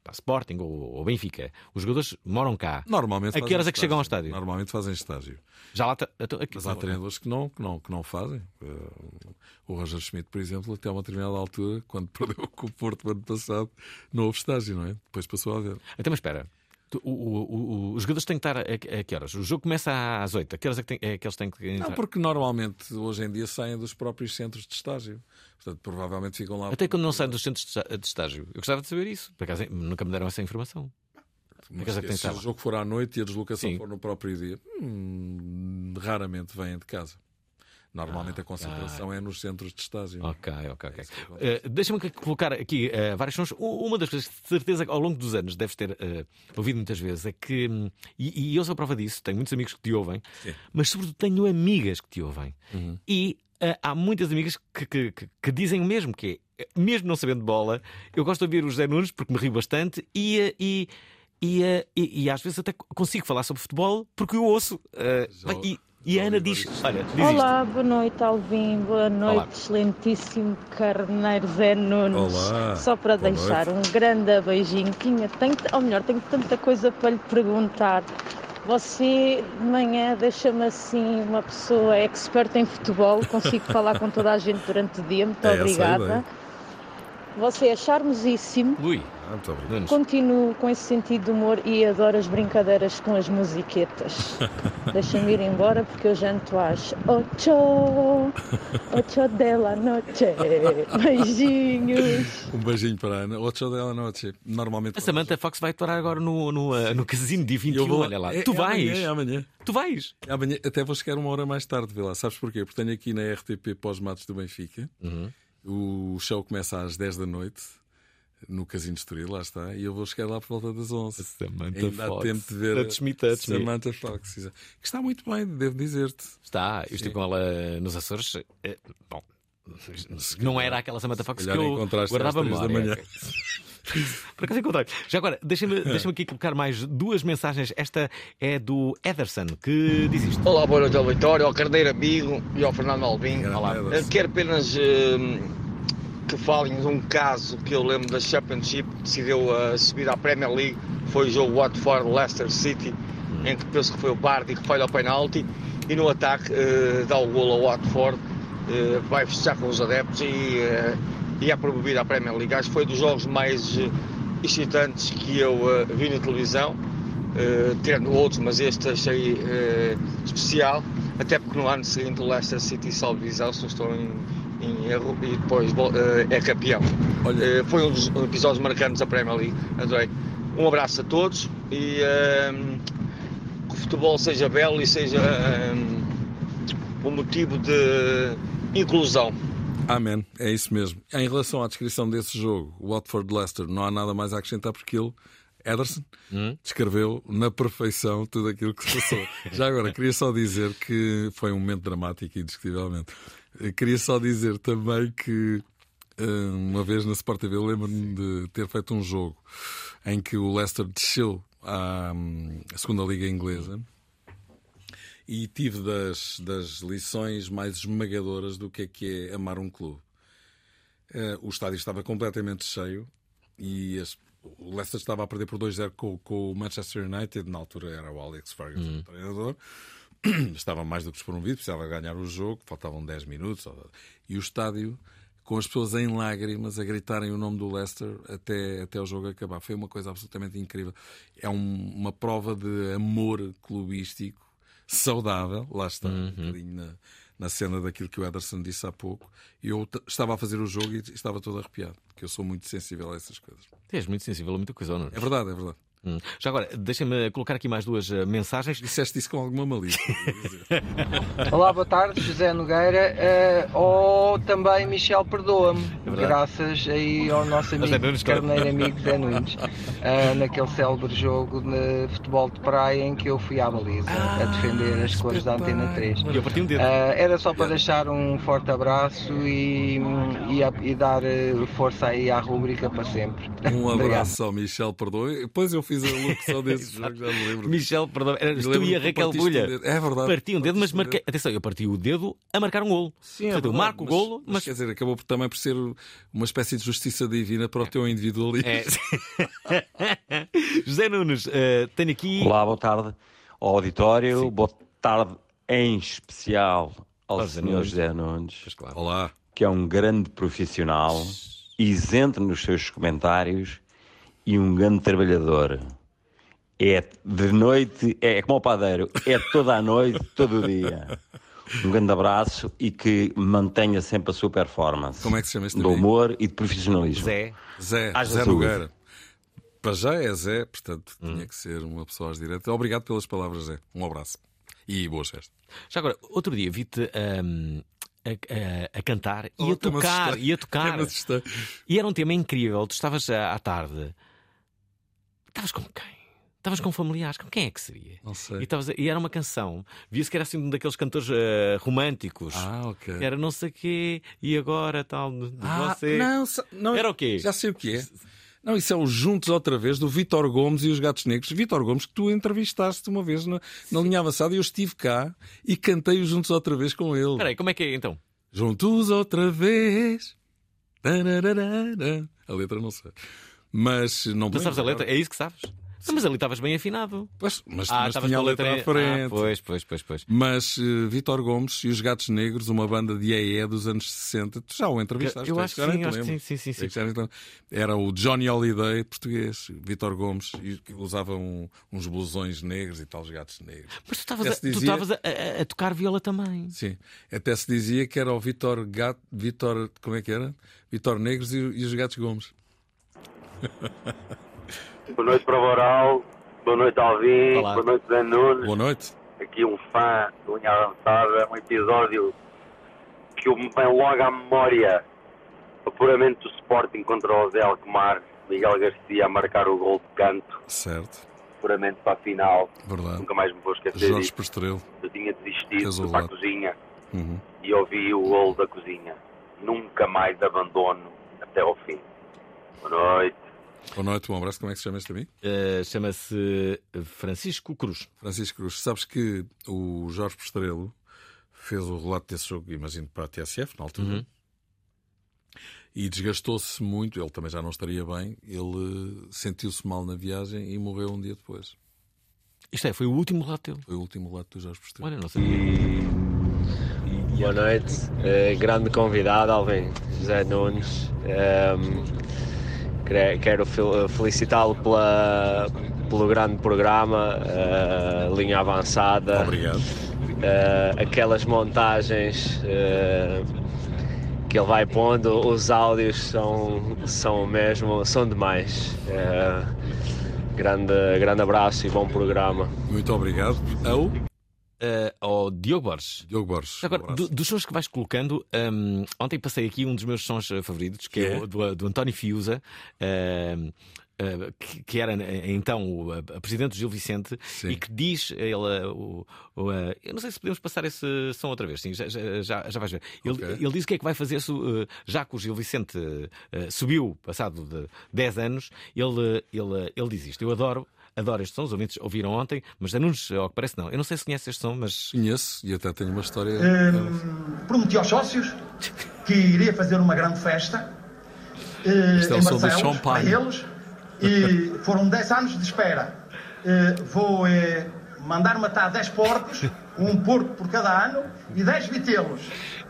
[SPEAKER 5] pá, Sporting ou, ou Benfica. Os jogadores moram cá. A
[SPEAKER 6] Normalmente
[SPEAKER 5] que
[SPEAKER 6] fazem
[SPEAKER 5] horas é que chegam ao estádio?
[SPEAKER 6] Normalmente fazem estágio.
[SPEAKER 5] Já lá. ta- então, aqui-
[SPEAKER 6] Mas há treinadores que não, que não, que não fazem. Eh, O Roger Schmidt, por exemplo, até uma determinada altura, quando perdeu com o Porto o ano passado, não houve estágio, não é? Depois passou a haver.
[SPEAKER 5] Então, mas espera. Tu- o- o- o- os jogadores têm que estar a, a que horas? O jogo começa às 8. A que horas é que, tem- é que eles têm que entrar?
[SPEAKER 6] Não, porque normalmente hoje em dia saem dos próprios centros de estágio. Portanto, provavelmente ficam lá.
[SPEAKER 5] Até quando não saem dos centros de esta- de estágio. Eu gostava de saber isso. Por acaso nunca me deram essa informação.
[SPEAKER 6] Mas
[SPEAKER 5] Por acaso é que tem que
[SPEAKER 6] se
[SPEAKER 5] estar
[SPEAKER 6] o
[SPEAKER 5] lá.
[SPEAKER 6] jogo for à noite e a deslocação
[SPEAKER 5] Sim.
[SPEAKER 6] for no próprio dia, hum, raramente vêm de casa. Normalmente a concentração é nos centros de estágio.
[SPEAKER 5] Ah, Ok, ok,
[SPEAKER 6] É
[SPEAKER 5] ok. Eh, Deixa-me que- colocar aqui eh, vários sons. U- Uma das coisas que de certeza ao longo dos anos deves ter eh, ouvido muitas vezes é que, hum, e, e eu sou a prova disso, tenho muitos amigos que te ouvem,
[SPEAKER 6] Sim.
[SPEAKER 5] mas sobretudo tenho amigas que te ouvem.
[SPEAKER 6] Uhum.
[SPEAKER 5] E ah, há muitas amigas que, que- que- que dizem o mesmo, que é, eh, mesmo não sabendo de bola, eu gosto de ouvir o José Nunes porque me rio bastante e. eh, e e, eh, e- e às vezes até consigo falar sobre futebol porque eu ouço. eh,
[SPEAKER 6] Já-
[SPEAKER 5] bem, e e
[SPEAKER 6] já
[SPEAKER 5] a
[SPEAKER 6] ouvi
[SPEAKER 5] Ana diz:
[SPEAKER 6] vários.
[SPEAKER 5] Olha, diz isto.
[SPEAKER 11] Olá, Ah, boa noite, Alvim. Boa noite, excelentíssimo carneiro Zé Nunes.
[SPEAKER 6] Olá,
[SPEAKER 11] Só para
[SPEAKER 6] boa
[SPEAKER 11] deixar um grande beijinho. Tinha, tenho, ou melhor, tenho tanta coisa para lhe perguntar. Você de manhã deixa-me assim uma pessoa experta em futebol, consigo falar com toda a gente durante o dia, muito
[SPEAKER 6] É essa a
[SPEAKER 11] obrigada.
[SPEAKER 6] ideia.
[SPEAKER 11] Você é charmosíssimo,
[SPEAKER 5] Ui,
[SPEAKER 6] Ah, muito obrigado.
[SPEAKER 5] Nunes.
[SPEAKER 11] continuo com esse sentido de humor e adoro as brincadeiras com as musiquetas. Deixa-me ir embora porque eu janto às 8, 8 da noite. Beijinhos.
[SPEAKER 6] Um beijinho para a Ana. Outro dela não Normalmente.
[SPEAKER 5] A Samantha Fox vai aturar agora no, no, ah, no casino de 21. Olha lá,
[SPEAKER 6] É-
[SPEAKER 5] tu
[SPEAKER 6] é
[SPEAKER 5] vais.
[SPEAKER 6] Amanhã, é amanhã.
[SPEAKER 5] Tu vais.
[SPEAKER 6] É amanhã. Até vou chegar uma hora mais tarde, vê lá. Sabes porquê? Porque tenho aqui na RTP Pós-Matos do Benfica.
[SPEAKER 5] Uhum.
[SPEAKER 6] O show começa às 10 da noite. No Casino de Estoril, lá está, e eu vou chegar lá por volta das 11.
[SPEAKER 5] Samantha
[SPEAKER 6] Ainda há
[SPEAKER 5] Fox.
[SPEAKER 6] tempo de ver
[SPEAKER 5] Touch me, touch me.
[SPEAKER 6] Samantha Fox. exa- Que está muito bem, devo dizer-te.
[SPEAKER 5] Está, eu estive com ela nos Açores. eh, Bom, não era aquela Samantha Fox que
[SPEAKER 6] calhar
[SPEAKER 5] eu
[SPEAKER 6] encontraste-a
[SPEAKER 5] guardava
[SPEAKER 6] às três da
[SPEAKER 5] memória.
[SPEAKER 6] manhã.
[SPEAKER 5] ok. Por acaso encontrei. Já agora, deixa-me deixa aqui colocar mais duas mensagens. Esta é do Ederson, que diz isto.
[SPEAKER 12] Olá, boa noite ao Vitória, ao Carneiro Amigo e ao Fernando Albim.
[SPEAKER 5] Olá.
[SPEAKER 6] é
[SPEAKER 12] Eu Quero apenas eh, que falem de um caso que eu lembro da Championship que decidiu a subir à Premier League. Foi o jogo Watford-Leicester City, em que penso que foi o Bardi que falha o penalti e no ataque eh, dá o golo ao Watford, eh, vai festejar com os adeptos e, eh, e é promovido à Premier League. Acho que foi dos jogos mais eh, excitantes que eu eh, vi na televisão eh, tendo outros, mas este achei eh, especial, até porque no ano seguinte o Leicester City salvo visão, se não estou em, em erro, e depois bom, eh, é campeão. Eh, foi um dos episódios marcantes da Premier League, adorei. Um abraço a todos e eh, que o futebol seja belo e seja eh, um motivo de inclusão.
[SPEAKER 6] Amém, é isso mesmo. Em relação à descrição desse jogo, Watford Leicester, não há nada mais a acrescentar porque ele, Ederson, descreveu na perfeição tudo aquilo que se passou. Já agora, queria só dizer que foi um momento dramático, indiscutivelmente. Eh, Queria só dizer também que eh, uma vez na Sport TV eu lembro-me de ter feito um jogo em que o Leicester desceu à, hum, à segunda liga inglesa e tive das, das lições mais esmagadoras do que é que é amar um clube. Eh, o estádio estava completamente cheio e as- o Leicester estava a perder por 2-0 com, com o Manchester United, na altura era o Alex Ferguson o treinador. Estava mais do que despromovido, precisava ganhar o jogo, faltavam 10 minutos. ou- E o estádio, com as pessoas em lágrimas, a gritarem o nome do Leicester até, até o jogo acabar. Foi uma coisa absolutamente incrível. É um- uma prova de amor clubístico saudável, lá está, um bocadinho na, na cena daquilo que o Ederson disse há pouco. E Eu t- estava a fazer o jogo e estava todo arrepiado, porque eu sou muito sensível a essas coisas.
[SPEAKER 5] Tu és muito sensível a muita coisa, ou não?
[SPEAKER 6] É verdade, é verdade.
[SPEAKER 5] Hum. Já agora, deixa-me colocar aqui mais duas eh, mensagens.
[SPEAKER 6] Disseste isso com alguma malícia.
[SPEAKER 13] Olá, boa tarde, José Nogueira eh, ou também Michel Perdoa-me,
[SPEAKER 14] É
[SPEAKER 5] verdade.
[SPEAKER 13] graças aí ao nosso
[SPEAKER 5] José
[SPEAKER 13] amigo
[SPEAKER 5] Nunes, claro.
[SPEAKER 13] carneiro amigo Zé Nunes. ah, naquele célebre jogo de futebol de praia em que eu fui à baliza a defender as cores da Antena 3.
[SPEAKER 5] E eu parti um dedo.
[SPEAKER 13] Ah, era só para deixar um forte abraço e, e, a- e dar eh, força aí à rúbrica para sempre.
[SPEAKER 6] Um
[SPEAKER 13] Obrigado.
[SPEAKER 6] abraço ao Michel, perdoe. Depois eu fiz a locução desse jogo, já me lembro.
[SPEAKER 5] Michel, perdão, eras
[SPEAKER 6] Eu
[SPEAKER 5] tu
[SPEAKER 6] lembro
[SPEAKER 5] e a
[SPEAKER 6] que
[SPEAKER 5] Raquel
[SPEAKER 6] partiste um
[SPEAKER 5] Bulha.
[SPEAKER 6] dedo. É verdade.
[SPEAKER 5] Parti um dedo, mas
[SPEAKER 6] Partiste um
[SPEAKER 5] marquei. Atenção, eu parti o dedo a marcar um golo.
[SPEAKER 6] é
[SPEAKER 5] Portanto, eu
[SPEAKER 6] verdade,
[SPEAKER 5] marco o
[SPEAKER 6] mas-
[SPEAKER 5] golo,
[SPEAKER 6] mas, quer dizer, acabou por- também por ser uma espécie de justiça divina para o teu individualismo.
[SPEAKER 5] É. José Nunes, eh, tenho aqui.
[SPEAKER 14] Olá, boa tarde ao auditório, boa tarde em especial ao
[SPEAKER 5] José
[SPEAKER 14] senhor
[SPEAKER 5] Nunes.
[SPEAKER 14] José Nunes, que é um grande profissional, isento nos seus comentários e um grande trabalhador. É de noite, é como o padeiro, é toda a noite, todo o dia. Um grande abraço e que mantenha sempre a sua performance. Como
[SPEAKER 6] é que se chama este
[SPEAKER 14] Do
[SPEAKER 6] amigo?
[SPEAKER 14] humor e de profissionalismo.
[SPEAKER 5] Zé.
[SPEAKER 6] Zé,
[SPEAKER 14] Haja
[SPEAKER 6] Zé
[SPEAKER 14] saúde.
[SPEAKER 6] Nogueira. Para já é Zé, portanto
[SPEAKER 5] Hum.
[SPEAKER 6] tinha que ser uma pessoa às diretas. Obrigado pelas palavras, Zé. Um abraço e boas festas.
[SPEAKER 5] Já agora, outro dia vi-te ahm, a, a- a cantar e
[SPEAKER 6] Oh,
[SPEAKER 5] a
[SPEAKER 6] eu me
[SPEAKER 5] tocar,
[SPEAKER 6] assustei.
[SPEAKER 5] e a tocar.
[SPEAKER 6] Eu me assustei.
[SPEAKER 5] E era um tema incrível. Tu estavas à, à tarde. Estavas com quem? Estavas com familiares, com quem é que seria?
[SPEAKER 6] Não sei.
[SPEAKER 5] E, estavas a- e era uma canção. Via-se que era assim um daqueles cantores ah, românticos.
[SPEAKER 6] Ah, ok.
[SPEAKER 5] Era não sei quê, e agora tal, de de
[SPEAKER 6] Ah,
[SPEAKER 5] você.
[SPEAKER 6] não, sa- não,
[SPEAKER 5] Era o quê?
[SPEAKER 6] Já sei o que é. Não, isso é o Juntos Outra Vez do Vítor Gomes e os Gatos Negros. Vítor Gomes, que tu entrevistaste uma vez na, na linha avançada e eu estive cá e cantei o Juntos Outra Vez com ele.
[SPEAKER 5] Espera aí, como é que é então?
[SPEAKER 6] Juntos outra vez. Tarararara. A letra não sei. Mas não
[SPEAKER 5] Não sabes a letra? É isso que sabes? Não, mas ali estavas bem afinado.
[SPEAKER 6] Pois, mas,
[SPEAKER 5] ah,
[SPEAKER 6] mas
[SPEAKER 5] estavas
[SPEAKER 6] tinha a
[SPEAKER 5] com
[SPEAKER 6] letra à frente.
[SPEAKER 5] Ah, pois, pois, pois, pois.
[SPEAKER 6] Mas Vitor Gomes e os Gatos Negros, uma banda de EE dos anos 60, tu já o entrevistaste?
[SPEAKER 5] Eu acho que
[SPEAKER 6] já nem
[SPEAKER 5] sim,
[SPEAKER 6] te
[SPEAKER 5] acho que
[SPEAKER 6] lembro.
[SPEAKER 5] sim, sim, sim,
[SPEAKER 6] É que já nem te lembro. Era o Johnny Holiday português, Vitor Gomes, e que usava um- uns blusões negros e tal, os gatos negros.
[SPEAKER 5] Mas tu estavas
[SPEAKER 6] Até
[SPEAKER 5] a,
[SPEAKER 6] se
[SPEAKER 5] tu
[SPEAKER 6] dizia-
[SPEAKER 5] estavas a- a- a tocar viola também.
[SPEAKER 6] Sim, até se dizia que era o Vitor Gato, Vitor, como é que era? Vitor Negros e, e os Gatos Gomes.
[SPEAKER 15] Boa noite para o Boral, boa noite Alvin,
[SPEAKER 6] Olá.
[SPEAKER 15] boa noite Dan Nunes.
[SPEAKER 6] Boa noite.
[SPEAKER 15] Aqui um fã do Unha Avançada, um episódio que me vem logo à memória. O apuramento do Sporting contra o Zé Alcomar, Miguel Garcia a marcar o gol de canto,
[SPEAKER 6] Certo,
[SPEAKER 15] apuramento para a final.
[SPEAKER 6] verdade.
[SPEAKER 15] Nunca mais me vou esquecer
[SPEAKER 6] Ah. Jorge
[SPEAKER 15] disso.
[SPEAKER 6] Pastrelo.
[SPEAKER 15] Eu tinha desistido de ir para a
[SPEAKER 6] Resolvado.
[SPEAKER 15] cozinha
[SPEAKER 6] Uhum.
[SPEAKER 15] e ouvi o gol da cozinha. Nunca mais abandono até ao fim. Boa noite.
[SPEAKER 6] Boa noite, um abraço. Como é que se chama este amigo?
[SPEAKER 5] Eh, Chama-se eh, Francisco Cruz.
[SPEAKER 6] Francisco Cruz. Sabes que o Jorge Postrelo fez o relato desse jogo, imagino, para a TSF, na altura.
[SPEAKER 5] Uhum.
[SPEAKER 6] E desgastou-se muito. Ele também já não estaria bem. Ele eh, sentiu-se mal na viagem e morreu um dia depois.
[SPEAKER 5] Isto é, foi o último relato dele.
[SPEAKER 6] Foi o último relato do Jorge Postrelo.
[SPEAKER 5] Olha, não sabia.
[SPEAKER 16] Boa noite, Eh, grande convidado, Alvin José Nunes. Ehm, cre- quero fel- felicitá-lo pela- pelo grande programa, eh, Linha Avançada.
[SPEAKER 6] Obrigado.
[SPEAKER 16] aquelas montagens eh, que ele vai pondo, os áudios são, são mesmo, são demais. Eh, grande, grande abraço e bom programa.
[SPEAKER 6] Muito obrigado. Ao?
[SPEAKER 5] Eh, ao Diogo Borges.
[SPEAKER 6] Diogo Borges. Um
[SPEAKER 5] Agora, do- dos sons que vais colocando, hum, ontem passei aqui um dos meus sons eh, favoritos, que é,
[SPEAKER 6] Que é?
[SPEAKER 5] o do, do António Fiuza. hum, eh, que, que era eh, então o a- a presidente do Gil Vicente e que diz ele eh, o, o, eh, eu não sei se podemos passar esse som outra vez sim já, já, já- já vais ver ele,
[SPEAKER 6] Ok.
[SPEAKER 5] ele diz o que é que vai fazer se, eh, já que o Gil Vicente eh, subiu passado de 10 anos ele, ele, ele diz isto eu adoro adoro este som os ouvintes ouviram ontem mas anúncios ao que parece não eu não sei se conhece este som mas
[SPEAKER 6] conheço e até tenho uma história eh,
[SPEAKER 17] Hum, prometi aos sócios que iria fazer uma grande festa eh,
[SPEAKER 6] Isto é o
[SPEAKER 17] em
[SPEAKER 6] som do
[SPEAKER 17] Barcelos, para
[SPEAKER 6] champanhe.
[SPEAKER 17] eles, e foram 10 anos de espera. Eh, vou eh, mandar matar 10 porcos, um porco por cada ano, e 10 vitelos,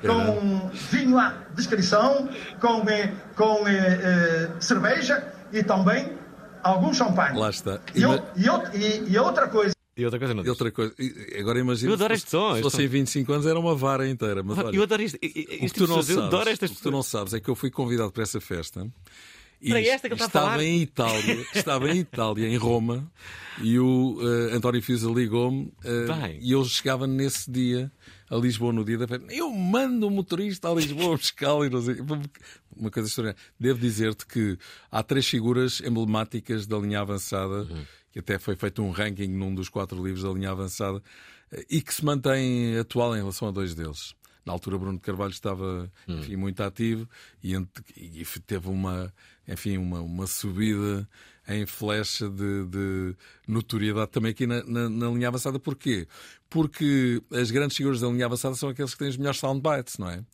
[SPEAKER 6] É
[SPEAKER 17] com um vinho à descrição, com, eh, com eh, eh, cerveja e também algum champanhe.
[SPEAKER 6] Lá está.
[SPEAKER 17] E, eu- e out- e- e outra coisa.
[SPEAKER 5] E outra coisa não
[SPEAKER 6] E outra coisa. E- Agora imagina.
[SPEAKER 5] Eu adoro
[SPEAKER 6] se
[SPEAKER 5] este som,
[SPEAKER 6] Se
[SPEAKER 5] este
[SPEAKER 6] fossem
[SPEAKER 5] som.
[SPEAKER 6] 25 anos era uma vara inteira. Mas
[SPEAKER 5] Eu
[SPEAKER 6] olha,
[SPEAKER 5] adoro isto.
[SPEAKER 6] O que
[SPEAKER 5] Isto
[SPEAKER 6] tu não
[SPEAKER 5] tipo eu adoro
[SPEAKER 6] sabes,
[SPEAKER 5] estas
[SPEAKER 6] o que tu não sabes é que eu fui convidado para essa festa
[SPEAKER 5] Para
[SPEAKER 6] E
[SPEAKER 5] esta que ele está a
[SPEAKER 6] estava
[SPEAKER 5] falar?
[SPEAKER 6] em Itália, estava em Itália, em Roma, e o eh, António Fiza ligou-me eh,
[SPEAKER 5] Bem.
[SPEAKER 6] e eu chegava nesse dia a Lisboa no dia da festa. Eu mando o motorista a Lisboa buscá-lo e não sei. Uma coisa extraordinária. Devo dizer-te que há três figuras emblemáticas da linha avançada,
[SPEAKER 5] Uhum.
[SPEAKER 6] que até foi feito um ranking num dos quatro livros da linha avançada, eh, e que se mantém atual em relação a dois deles. Na altura, Bruno de Carvalho estava enfim, muito ativo e, ent- e f- teve uma, enfim, uma, uma subida em flecha de, de notoriedade também aqui na, na- na linha avançada. Porquê? Porque as grandes figuras da linha avançada são aqueles que têm os melhores soundbites, não é?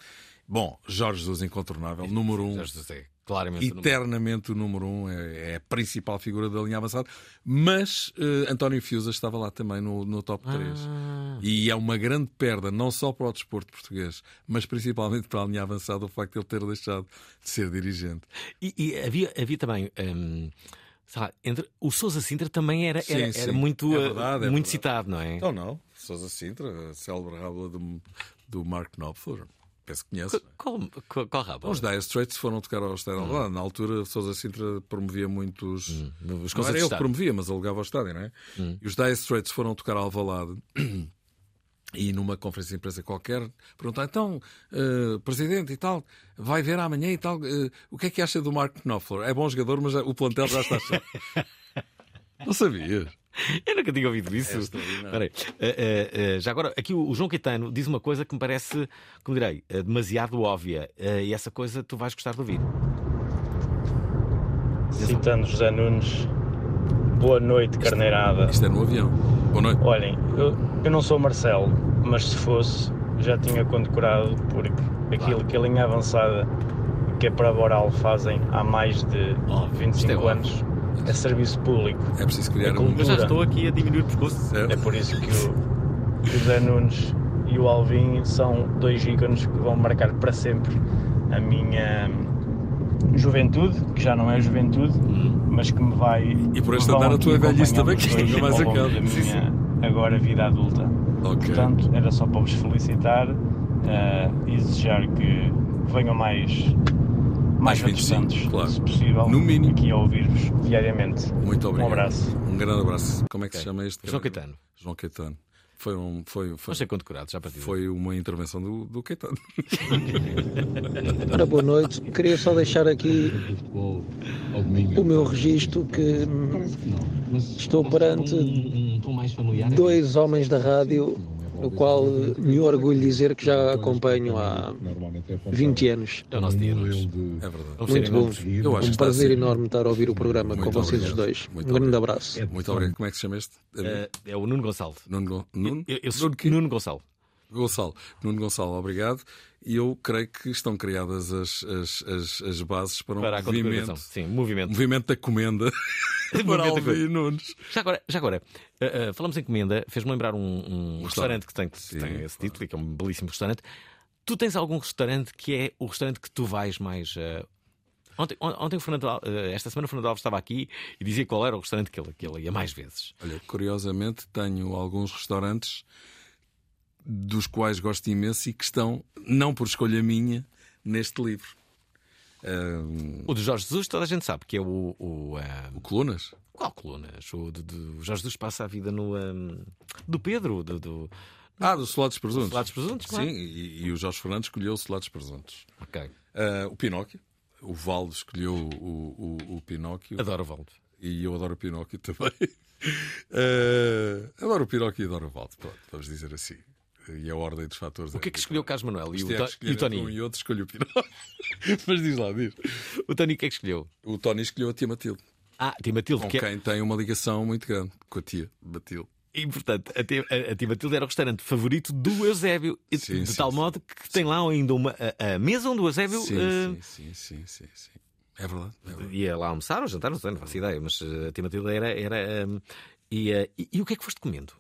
[SPEAKER 6] Bom, Jorge Jesus, incontornável, número um.
[SPEAKER 5] Jorge Jesus é claramente o número um.
[SPEAKER 6] Eternamente o número um, é, é a principal figura da linha avançada. Mas eh, António Fiusa estava lá também no, no top
[SPEAKER 5] Ah.
[SPEAKER 6] 3. E é uma grande perda, não só para o desporto português, mas principalmente para a linha avançada, o facto de ele ter deixado de ser dirigente.
[SPEAKER 5] E, e havia, havia também. hum, sei lá, entre, o Sousa Sintra também era, era,
[SPEAKER 6] Sim,
[SPEAKER 5] era
[SPEAKER 6] sim.
[SPEAKER 5] muito,
[SPEAKER 6] É
[SPEAKER 5] eh,
[SPEAKER 6] verdade, é
[SPEAKER 5] muito
[SPEAKER 6] verdade.
[SPEAKER 5] citado, não é?
[SPEAKER 6] Então não, Sousa Sintra, a célebre rábula do, do Mark Knopfler. Penso que conhece.
[SPEAKER 5] Então,
[SPEAKER 6] é?
[SPEAKER 5] Qual, qual, qual rábula?
[SPEAKER 6] Os Dire Straits foram tocar ao estádio.
[SPEAKER 5] Hum.
[SPEAKER 6] Lá, na altura, Sousa Sintra promovia muitos.
[SPEAKER 5] os
[SPEAKER 6] não
[SPEAKER 5] concertos
[SPEAKER 6] era
[SPEAKER 5] de
[SPEAKER 6] ele que
[SPEAKER 5] estádio.
[SPEAKER 6] promovia, mas alugava ao estádio, não é? E os Dire Straits foram tocar ao Alvalade e numa conferência de imprensa qualquer perguntar então, eh, presidente e tal, vai ver amanhã e tal, eh, o que é que acha do Mark Knopfler? É bom jogador, mas já- o plantel já está cheio. Não sabias?
[SPEAKER 5] Eu nunca tinha ouvido isso.
[SPEAKER 6] É extraordinário.
[SPEAKER 5] Espera aí. Eh, eh, eh, já agora, aqui o o João Caetano diz uma coisa que me parece, como direi, eh, demasiado óbvia. Eh, e essa coisa tu vais gostar de ouvir.
[SPEAKER 18] Citando José Nunes, boa noite, carneirada.
[SPEAKER 6] Isto é no avião. Boa noite.
[SPEAKER 18] Olhem, eu, eu não sou Marcelo, mas se fosse, já tinha condecorado, porque aquilo que a linha avançada que é para Boral fazem há mais de 25 anos é serviço público.
[SPEAKER 6] É preciso criar um-
[SPEAKER 18] cultura.
[SPEAKER 6] Mas já estou
[SPEAKER 5] aqui a diminuir o pescoço.
[SPEAKER 18] É por isso que o, que o José Nunes e o Alvin são dois ícones que vão marcar para sempre a minha juventude, que já não é juventude, mas que me vai.
[SPEAKER 6] Hum. E por este
[SPEAKER 18] vão
[SPEAKER 6] andar a
[SPEAKER 18] aqui
[SPEAKER 6] tua velhice
[SPEAKER 18] acompanhar
[SPEAKER 6] também,
[SPEAKER 18] os
[SPEAKER 6] que isto
[SPEAKER 18] dois
[SPEAKER 6] nunca mais
[SPEAKER 18] ao longo
[SPEAKER 6] acaba.
[SPEAKER 18] da
[SPEAKER 6] Sim,
[SPEAKER 18] minha agora vida adulta. Portanto, era só para vos felicitar eh, e desejar que venham mais. Mais, outros tantos, se possível, aqui a ouvir-vos diariamente.
[SPEAKER 6] Muito obrigado.
[SPEAKER 18] Um abraço.
[SPEAKER 6] Um grande abraço. Como é que se chama este?
[SPEAKER 5] João
[SPEAKER 6] Caetano. João Caetano. Foi um. Foi, foi,
[SPEAKER 5] ser condecorado, já para
[SPEAKER 6] Foi uma intervenção do, do Caetano.
[SPEAKER 19] Ora, boa noite. Queria só deixar aqui o meu registro que hum, estou perante dois homens da rádio, no qual eh, me orgulho de dizer que já acompanho há 20 anos.
[SPEAKER 5] É então. o nosso dia. hoje.
[SPEAKER 6] É verdade.
[SPEAKER 19] Muito bom. Um prazer enorme estar a ouvir o programa com
[SPEAKER 6] Muito
[SPEAKER 19] vocês os
[SPEAKER 6] obrigado.
[SPEAKER 19] dois. Um
[SPEAKER 6] Muito
[SPEAKER 19] grande
[SPEAKER 6] obrigado.
[SPEAKER 19] abraço.
[SPEAKER 6] Muito obrigado. Como é que se chama este?
[SPEAKER 5] Eh, é o Nuno Gonçalo.
[SPEAKER 6] Nuno, Go- Nuno?
[SPEAKER 5] Eu- eu sou
[SPEAKER 6] Nuno, quê?
[SPEAKER 5] Nuno Gonçalo.
[SPEAKER 6] Gonçalo. Nuno Gonçalo, obrigado. E eu creio que estão criadas as, as, as, as bases para um
[SPEAKER 5] Para a
[SPEAKER 6] movimento. Um
[SPEAKER 5] condecoração. Sim, movimento.
[SPEAKER 6] Movimento da comenda. para
[SPEAKER 5] Movimento da
[SPEAKER 6] Alvin
[SPEAKER 5] comenda.
[SPEAKER 6] Nunes.
[SPEAKER 5] Já agora, já agora eh, eh, falamos em comenda, fez-me lembrar um, um restaurante que tem, que tem esse título, e que é um belíssimo restaurante. Tu tens algum restaurante que é o restaurante que tu vais mais. eh, Ontem, on- ontem o Fernando, Al- eh, esta semana o Fernando Alves estava aqui e dizia qual era o restaurante que ele, que ele ia mais vezes.
[SPEAKER 6] Olha, curiosamente tenho alguns restaurantes dos quais gosto imenso e que estão, não por escolha minha, neste livro. Hum.
[SPEAKER 5] O de Jorge Jesus, toda a gente sabe que é o. O,
[SPEAKER 6] Colunas?
[SPEAKER 5] Qual Colunas? O, de, de- o Jorge Jesus passa a vida no. ehm, do Pedro, do. do-
[SPEAKER 6] Ah, dos Solados Presuntos.
[SPEAKER 5] Solados Presuntos, claro.
[SPEAKER 6] Sim, e, e o Jorge Fernandes escolheu o Solados Presuntos.
[SPEAKER 5] Ok.
[SPEAKER 6] Ah, o Pinóquio. O Valdo escolheu o, o, o Pinóquio.
[SPEAKER 5] Adoro o Valdo.
[SPEAKER 6] E eu adoro o Pinóquio também. Ah, adoro o Pinóquio e adoro o Valdo. Pronto, vamos dizer assim. E a ordem dos fatores
[SPEAKER 5] O que é que escolheu o Carlos Manuel e
[SPEAKER 6] Isto
[SPEAKER 5] o,
[SPEAKER 6] é
[SPEAKER 5] To-
[SPEAKER 6] que escolher
[SPEAKER 5] e o Tony?
[SPEAKER 6] entre Um e outro escolhe o Pinóquio. Mas diz lá, diz.
[SPEAKER 5] O Tony o que é que escolheu?
[SPEAKER 6] O Tony escolheu a tia Matilde.
[SPEAKER 5] Ah, tia Matilde.
[SPEAKER 6] Com
[SPEAKER 5] que é-
[SPEAKER 6] quem tem uma ligação muito grande. Com a tia Matilde.
[SPEAKER 5] E, portanto, a Tia, a- a Tia Matilde era o restaurante favorito do Eusébio. E de- de tal modo que tem lá ainda uma, a, a mesa onde o Eusébio.
[SPEAKER 6] Sim,
[SPEAKER 5] eh,
[SPEAKER 6] sim, sim, sim, sim. É verdade.
[SPEAKER 5] Ia lá almoçar ou jantar, não sei, não faço ideia, mas eh, a Tia Matilde era. era eh, e, eh, e- e o que é que foste comendo?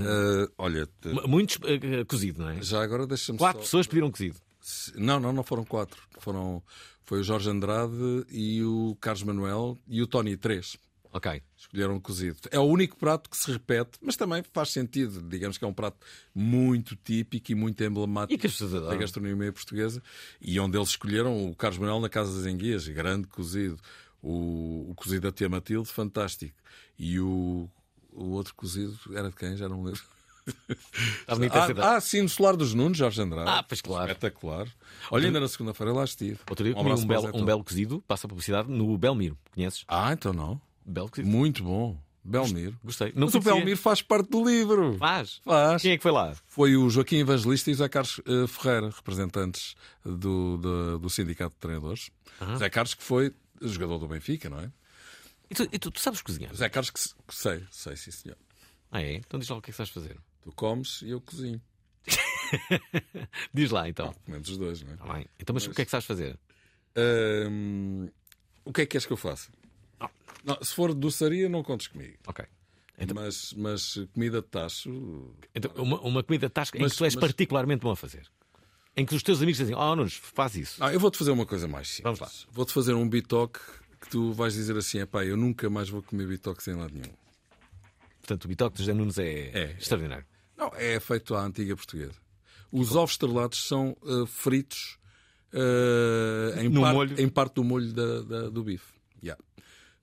[SPEAKER 6] Ah, olha, te-
[SPEAKER 5] M- Muitos eh, eh, cozido, não é?
[SPEAKER 6] Já agora deixa-me
[SPEAKER 5] Quatro
[SPEAKER 6] só-
[SPEAKER 5] pessoas pediram cozido.
[SPEAKER 6] se- não, não, não foram quatro. Foram foi o Jorge Andrade e o Carlos Manuel e o Tony três.
[SPEAKER 5] Ok.
[SPEAKER 6] Escolheram cozido. É o único prato que se repete, mas também faz sentido. Digamos que é um prato muito típico e muito emblemático da gastronomia portuguesa. E onde eles escolheram o Carlos Manuel na Casa das Enguias, grande cozido. O, o cozido da Tia Matilde, fantástico. E o, o outro cozido era de quem? Já não me lembro.
[SPEAKER 5] Está bonita a
[SPEAKER 6] Ah, ah, sim, no Solar dos Nunes, Jorge Andrade.
[SPEAKER 5] Ah, pois claro.
[SPEAKER 6] Espetacular. Olha, ainda na segunda-feira lá estive.
[SPEAKER 5] Outro dia comi
[SPEAKER 6] abraço
[SPEAKER 5] um,
[SPEAKER 6] para o
[SPEAKER 5] belo,
[SPEAKER 6] Zé
[SPEAKER 5] um belo cozido, passa a publicidade, no Belmiro. Conheces?
[SPEAKER 6] Ah, então não.
[SPEAKER 5] Belo cozido.
[SPEAKER 6] Muito bom. Belmiro.
[SPEAKER 5] Gostei. Não
[SPEAKER 6] Mas o
[SPEAKER 5] conhecia.
[SPEAKER 6] Belmiro faz parte do livro.
[SPEAKER 5] Faz?
[SPEAKER 6] Faz.
[SPEAKER 5] Quem é que foi lá?
[SPEAKER 6] Foi o Joaquim Evangelista e o Zé Carlos eh, Ferreira, representantes do, do, do Sindicato de Treinadores.
[SPEAKER 5] Aham.
[SPEAKER 6] Zé Carlos, que foi jogador do Benfica, não é?
[SPEAKER 5] E tu, e tu- tu sabes cozinhar?
[SPEAKER 6] Zé Carlos, que, se- que sei, sei, sim, senhor.
[SPEAKER 5] Ah, é? Então diz lá o que é que sabes fazer.
[SPEAKER 6] Tu comes e eu cozinho.
[SPEAKER 5] Diz lá então.
[SPEAKER 6] Comemos os dois, não é?
[SPEAKER 5] Tá bem. Então, mas, o que é que sabes fazer?
[SPEAKER 6] Hum, o que é que queres que eu faça?
[SPEAKER 5] Ah.
[SPEAKER 6] Não, se for doçaria, não contes comigo.
[SPEAKER 5] Ok.
[SPEAKER 6] Mas, mas comida de tacho.
[SPEAKER 5] Então, uma, uma comida tasca em
[SPEAKER 6] Mas-
[SPEAKER 5] que tu és
[SPEAKER 6] mas-
[SPEAKER 5] particularmente bom a fazer. Em que os teus amigos dizem, oh Nunes, faz isso.
[SPEAKER 6] Ah, eu vou-te fazer uma coisa mais simples. Vamos lá. Vou-te fazer um bitoque que tu vais dizer assim: pá, eu nunca mais vou comer bitoque sem lado nenhum.
[SPEAKER 5] Portanto, o bitoque dos José Nunes é, extraordinário.
[SPEAKER 6] Não, é feito à antiga portuguesa. Os ovos estrelados são ah, fritos ah, em,
[SPEAKER 5] No
[SPEAKER 6] parte,
[SPEAKER 5] molho.
[SPEAKER 6] em parte do molho da- da- do bife. Yeah.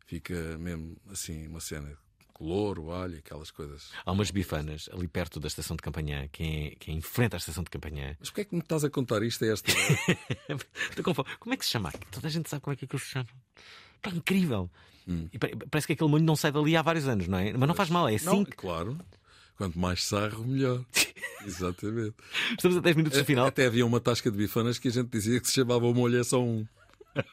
[SPEAKER 6] Fica mesmo assim uma cena de color, o alho, aquelas coisas.
[SPEAKER 5] Há umas bifanas ali perto da estação de Campanhã, que é, que é em frente à estação de Campanhã.
[SPEAKER 6] Mas porquê é que me estás a contar isto a esta hora?
[SPEAKER 5] Estou confuso. Como é que se chama? aquilo? Toda a gente sabe como é que aquilo se chama. Pá, incrível.
[SPEAKER 6] Hum.
[SPEAKER 5] E pa- parece que aquele molho não sai dali há vários anos, não é? Mas não faz mal, é assim.
[SPEAKER 6] Não,
[SPEAKER 5] que-
[SPEAKER 6] Claro. Quanto mais sarro, melhor. Exatamente.
[SPEAKER 5] Estamos a 10 minutos do final.
[SPEAKER 6] É, Até havia uma tasca de bifanas que a gente dizia que se chamava o molho é só um.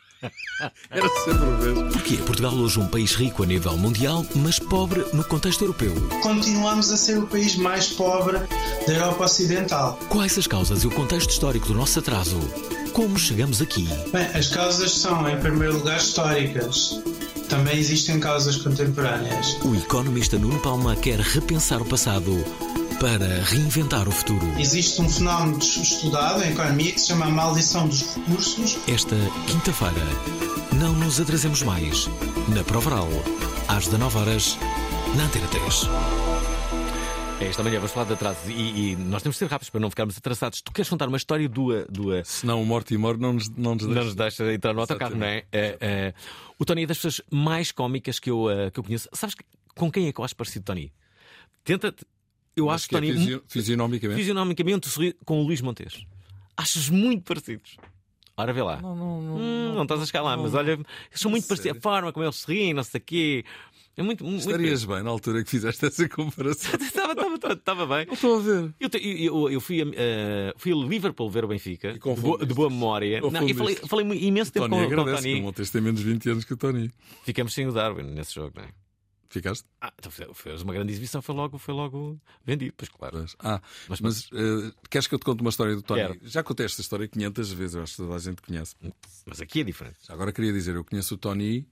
[SPEAKER 6] Era sempre o mesmo.
[SPEAKER 3] Porquê Portugal hoje um país rico a nível mundial, mas pobre no contexto europeu?
[SPEAKER 20] Continuamos a ser o país mais pobre da Europa Ocidental.
[SPEAKER 3] Quais as causas e o contexto histórico do nosso atraso? Como chegamos aqui?
[SPEAKER 20] Bem, as causas são, em primeiro lugar, históricas. Também existem causas contemporâneas.
[SPEAKER 3] O economista Nuno Palma quer repensar o passado para reinventar o futuro.
[SPEAKER 20] Existe um fenómeno estudado em economia que se chama a maldição dos recursos.
[SPEAKER 3] Esta quinta-feira, não nos atrasemos mais. Na Provaral, às 19 horas, na Antena 3.
[SPEAKER 5] É, esta manhã vamos falar de atrasos e, e nós temos de ser rápidos para não ficarmos atrasados. Tu queres contar uma história do. eh, do eh,
[SPEAKER 6] Senão o Mortimor não nos, não nos deixa.
[SPEAKER 5] Não nos deixa entrar no autocarro, não é? Eh, eh, o Tony é das pessoas mais cómicas que eu, eh, que eu conheço. Sabes que- com quem é que eu acho parecido, Tony? Tenta. Eu
[SPEAKER 6] Mas
[SPEAKER 5] acho
[SPEAKER 6] que é
[SPEAKER 5] Tony. hum,
[SPEAKER 6] fisio- fisionomicamente?
[SPEAKER 5] Fisionomicamente, sorri- com o Luís Montes. Achas muito parecidos. Ora, vê lá. Não,
[SPEAKER 6] não, não.
[SPEAKER 5] Hum, não estás a chegar lá, mas olha, são muito parecidos. A forma como eles se riem, não sei o quê. É muito. muito
[SPEAKER 6] Estarias bem na altura que fizeste essa comparação.
[SPEAKER 5] Estava, estava, estava, estava bem.
[SPEAKER 6] estou a ver.
[SPEAKER 5] Eu, te- eu- eu fui, a, eh, fui a Liverpool ver o Benfica, de boa, de boa memória. Não, e falei,
[SPEAKER 6] Confundiste.
[SPEAKER 5] falei mu- imenso tempo com,
[SPEAKER 6] Tony
[SPEAKER 5] com o
[SPEAKER 6] agradece que o
[SPEAKER 5] Tony.
[SPEAKER 6] Montes tem menos 20 anos que o Tony.
[SPEAKER 5] Ficamos sem o Darwin nesse jogo, não é?
[SPEAKER 6] Ficaste?
[SPEAKER 5] Ah, então fe- fez uma grande exibição, foi logo, foi logo vendido, pois claro.
[SPEAKER 6] Ah, mas, eh, queres que eu te conte uma história do Tony?
[SPEAKER 5] Quero.
[SPEAKER 6] Já contei esta história 500 vezes, eu acho que toda a gente conhece.
[SPEAKER 5] Mas aqui é diferente.
[SPEAKER 6] Agora queria dizer, eu conheço o Tony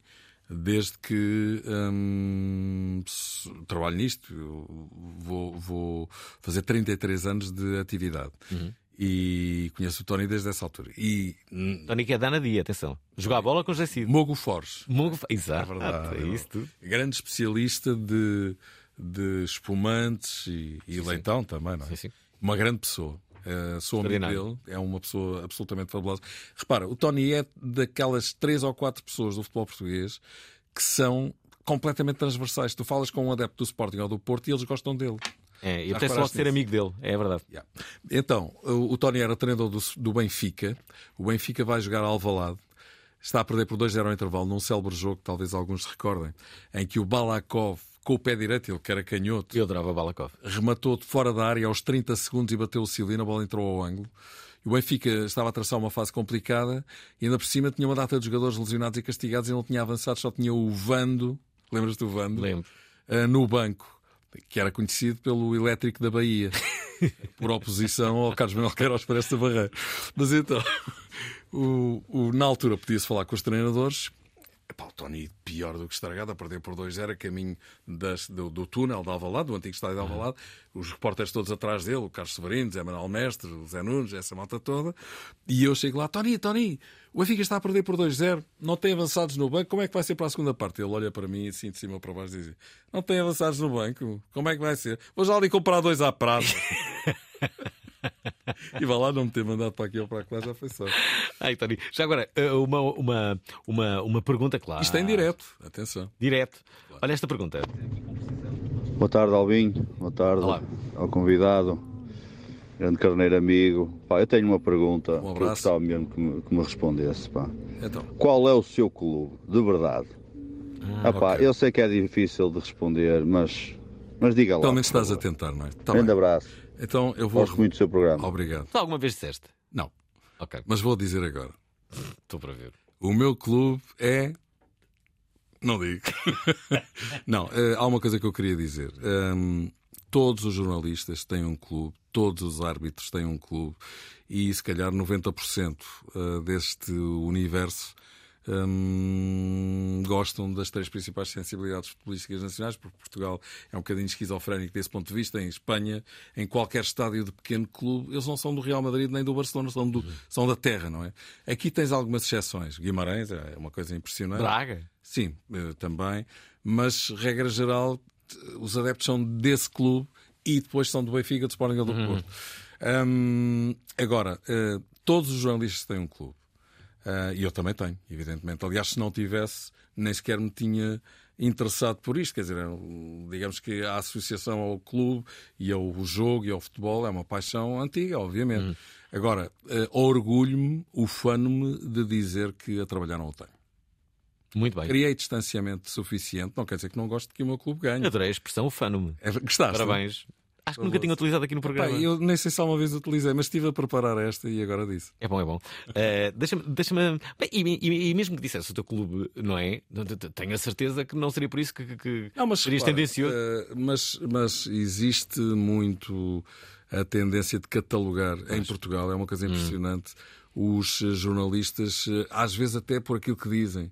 [SPEAKER 6] desde que hum, s- trabalho nisto. Eu Vou, vou fazer 33 anos de atividade.
[SPEAKER 5] Uhum.
[SPEAKER 6] E conheço o Tony desde essa altura. E hum,
[SPEAKER 5] Tony que é Dana Dia, atenção. Jogar a bola com o José Cid.
[SPEAKER 6] Mogo Forge.
[SPEAKER 5] Mogo Exato.
[SPEAKER 6] É verdade.
[SPEAKER 5] é isso tudo.
[SPEAKER 6] Grande especialista de, de espumantes e, e leitão também, não é? Uma grande pessoa. Eh, sou amigo
[SPEAKER 5] Extraordinário.
[SPEAKER 6] dele, é uma pessoa absolutamente fabulosa. Repara, o Tony é daquelas três ou quatro pessoas do futebol português que são completamente transversais. Tu falas com um adepto do Sporting ou do Porto e eles gostam dele.
[SPEAKER 5] É, e
[SPEAKER 6] Já
[SPEAKER 5] apetece
[SPEAKER 6] reparaste
[SPEAKER 5] logo ser
[SPEAKER 6] nisso?
[SPEAKER 5] amigo dele, é verdade.
[SPEAKER 6] Então, o o Tony era treinador do, do Benfica. O Benfica vai jogar a Alvalade. Está a perder por 2-0 ao intervalo num célebre jogo, que talvez alguns se recordem, em que o Balakov, com o pé direito, ele que era canhoto,
[SPEAKER 5] Eu adorava Balakov.
[SPEAKER 6] rematou de fora da área aos 30 segundos e bateu o Silino, a bola entrou ao ângulo. E o Benfica estava a traçar uma fase complicada e ainda por cima tinha uma data de jogadores lesionados e castigados e não tinha avançado, só tinha o Vando, lembras do Vando?
[SPEAKER 5] Lembro.
[SPEAKER 6] Ah, no banco, que era conhecido pelo Elétrico da Bahia, por oposição ao Carlos Manuel Queiroz Pérez da Barreira. Mas então, o- o- na altura podia-se falar com os treinadores Epá, o Tony, pior do que estragado, a perder por 2-0 a caminho das- do, do túnel de Alvalade, do antigo estádio de Alvalade. Os repórteres todos atrás dele, o Carlos Severino, Zé Manuel Mestre, o Zé Nunes, essa malta toda. E eu chego lá, Tony, Tony, o Benfica está a perder por 2-0, não tem avançados no banco, como é que vai ser para a segunda parte? Ele olha para mim assim de cima para baixo e diz, não tem avançados no banco, como é que vai ser? Vou já ali comprar dois à prazo. e vai lá não me ter mandado para aqui ou para lá, já foi só.
[SPEAKER 5] Ai, Tony, já agora, eh, uma, uma, uma, uma pergunta clara.
[SPEAKER 6] Isto é em direto, atenção.
[SPEAKER 5] Direto. Olha esta pergunta.
[SPEAKER 21] Boa tarde, Albinho. Boa tarde ao convidado. Grande carneiro amigo. Pá, eu tenho uma pergunta que eu
[SPEAKER 6] abraço.
[SPEAKER 21] gostava mesmo que me, que me respondesse. Pá.
[SPEAKER 6] Então.
[SPEAKER 21] Qual é o seu clube, de verdade? Ah, pá, Eu sei que é difícil de responder, mas, mas diga lá.
[SPEAKER 6] Pelo menos
[SPEAKER 21] por
[SPEAKER 6] estás a
[SPEAKER 21] favor.
[SPEAKER 6] tentar, não é? Tá
[SPEAKER 21] Grande
[SPEAKER 6] bem.
[SPEAKER 21] abraço.
[SPEAKER 6] Então eu vou.
[SPEAKER 21] Gosto muito do seu programa.
[SPEAKER 6] Obrigado.
[SPEAKER 5] Tu alguma vez disseste?
[SPEAKER 6] Não.
[SPEAKER 5] Ok.
[SPEAKER 6] Mas vou dizer agora.
[SPEAKER 5] Estou para ver.
[SPEAKER 6] O meu clube é. Não digo. não, eh, há uma coisa que eu queria dizer. Hum, todos os jornalistas têm um clube, todos os árbitros têm um clube, e se calhar 90% eh, deste universo hum, gostam das três principais sensibilidades futbolísticas nacionais, porque Portugal é um bocadinho esquizofrénico desse ponto de vista. Em Espanha, em qualquer estádio de pequeno clube, eles não são do Real Madrid nem do Barcelona, são, do- são da terra, não é? Aqui tens algumas exceções. Guimarães é uma coisa impressionante.
[SPEAKER 5] Braga?
[SPEAKER 6] Sim, eh, também. Mas, regra geral, t- os adeptos são desse clube e depois são do Benfica, do Sporting ou do Porto. Hum, agora, eh, todos os jornalistas têm um clube. Ah, e eu também tenho, evidentemente. Aliás, se não tivesse, nem sequer me tinha interessado por isto. Quer dizer, eu- digamos que a associação ao clube e ao jogo e ao futebol é uma paixão antiga, obviamente. Agora, eh, orgulho-me, ufano-me de dizer que a trabalhar não o tenho.
[SPEAKER 5] Muito bem.
[SPEAKER 6] Criei distanciamento suficiente, não quer dizer que não gosto que o meu clube ganhe.
[SPEAKER 5] Eu adorei a expressão fano-me.
[SPEAKER 6] É, gostaste?
[SPEAKER 5] Parabéns. Acho que nunca tinha utilizado aqui no programa.
[SPEAKER 6] Pá, eu nem sei se alguma vez utilizei, mas estive a preparar esta e agora disse.
[SPEAKER 5] É bom, é bom. Eh, Deixa-me. deixa-me- Bem, e, e- e mesmo que dissesse o teu clube, não é? Tenho a certeza que não seria por isso que, que- que
[SPEAKER 6] Não, mas
[SPEAKER 5] serias
[SPEAKER 6] repara,
[SPEAKER 5] tendencioso.
[SPEAKER 6] eh, mas, mas existe muito a tendência de catalogar em Portugal, é uma
[SPEAKER 5] Hum.
[SPEAKER 6] coisa impressionante. Os eh, jornalistas, eh, às vezes até por aquilo que dizem.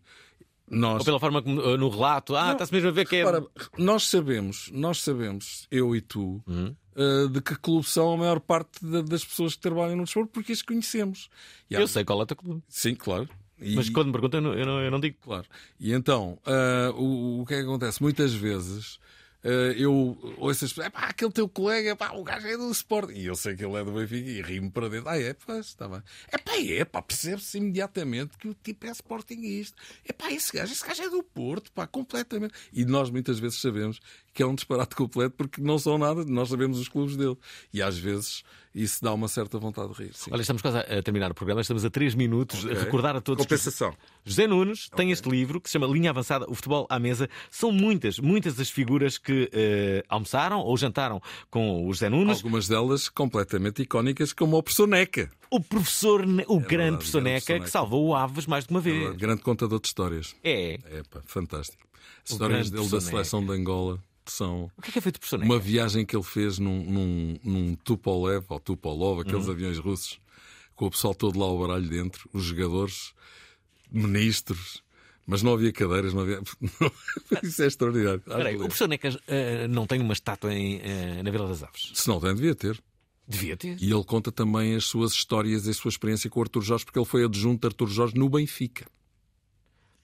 [SPEAKER 6] Nós,
[SPEAKER 5] Ou pela forma como eh, no relato, ah,
[SPEAKER 6] Não,
[SPEAKER 5] está-se mesmo a ver que é.
[SPEAKER 6] repara, nós sabemos, nós sabemos, eu e tu,
[SPEAKER 5] Hum.
[SPEAKER 6] eh, de que clube são a maior parte da- das pessoas que trabalham no desporto, porque as conhecemos. E há-
[SPEAKER 5] Eu sei qual é o teu clube.
[SPEAKER 6] Sim, claro. E-
[SPEAKER 5] Mas quando me perguntam, eu não, eu não- eu não digo.
[SPEAKER 6] Claro. E então, ah, o, o que é que acontece? Muitas vezes ah, eu ouço as pessoas, "Epá, aquele teu colega, pá, o gajo é do Sporting. E eu sei que ele é do Benfica e rimo para dentro. Ah, é, pois, está bem. É pá, é, pá, percebe-se imediatamente que o tipo é Sportingista. É pá, esse gajo, esse gajo é do Porto, pá, completamente. E nós muitas vezes sabemos que é um disparate completo porque não são nada, nós sabemos os clubes dele. E às vezes isso dá uma certa vontade de rir. sim.
[SPEAKER 5] Olha, estamos quase a a terminar o programa, estamos a 3 minutos.
[SPEAKER 6] Ok.
[SPEAKER 5] Recordar a todos. que-
[SPEAKER 6] Compensação.
[SPEAKER 5] José Nunes tem este livro que se chama Linha Avançada, o Futebol à Mesa. São muitas, muitas as figuras que eh, almoçaram ou jantaram com o José Nunes.
[SPEAKER 6] Algumas delas completamente icónicas, como o professor Neca.
[SPEAKER 5] O
[SPEAKER 6] É
[SPEAKER 5] professor, Ne- o grande professor Neca,
[SPEAKER 6] grande professor
[SPEAKER 5] que
[SPEAKER 6] Neca.
[SPEAKER 5] salvou o Aves mais de uma vez.
[SPEAKER 6] Ele um é Grande contador de histórias.
[SPEAKER 5] É.
[SPEAKER 6] É, pá, fantástico. As
[SPEAKER 5] O
[SPEAKER 6] histórias
[SPEAKER 5] grande
[SPEAKER 6] dele da
[SPEAKER 5] Personeca.
[SPEAKER 6] seleção de Angola são. O
[SPEAKER 5] que é que é feito de Personeca?
[SPEAKER 6] Uma viagem que ele fez num, num, num Tupolev ou Tupolov, aqueles
[SPEAKER 5] Uhum.
[SPEAKER 6] aviões russos, com o pessoal todo lá ao baralho dentro, os jogadores, ministros. Mas não havia cadeiras, não havia. Isso é extraordinário.
[SPEAKER 5] Espera aí, o professor Neca eh, não tem uma estátua em, eh, na Vila das Aves.
[SPEAKER 6] Se não tem, devia ter.
[SPEAKER 5] Devia ter.
[SPEAKER 6] E ele conta também as suas histórias e a sua experiência com o Artur Jorge, porque ele foi adjunto de Artur Jorge no Benfica.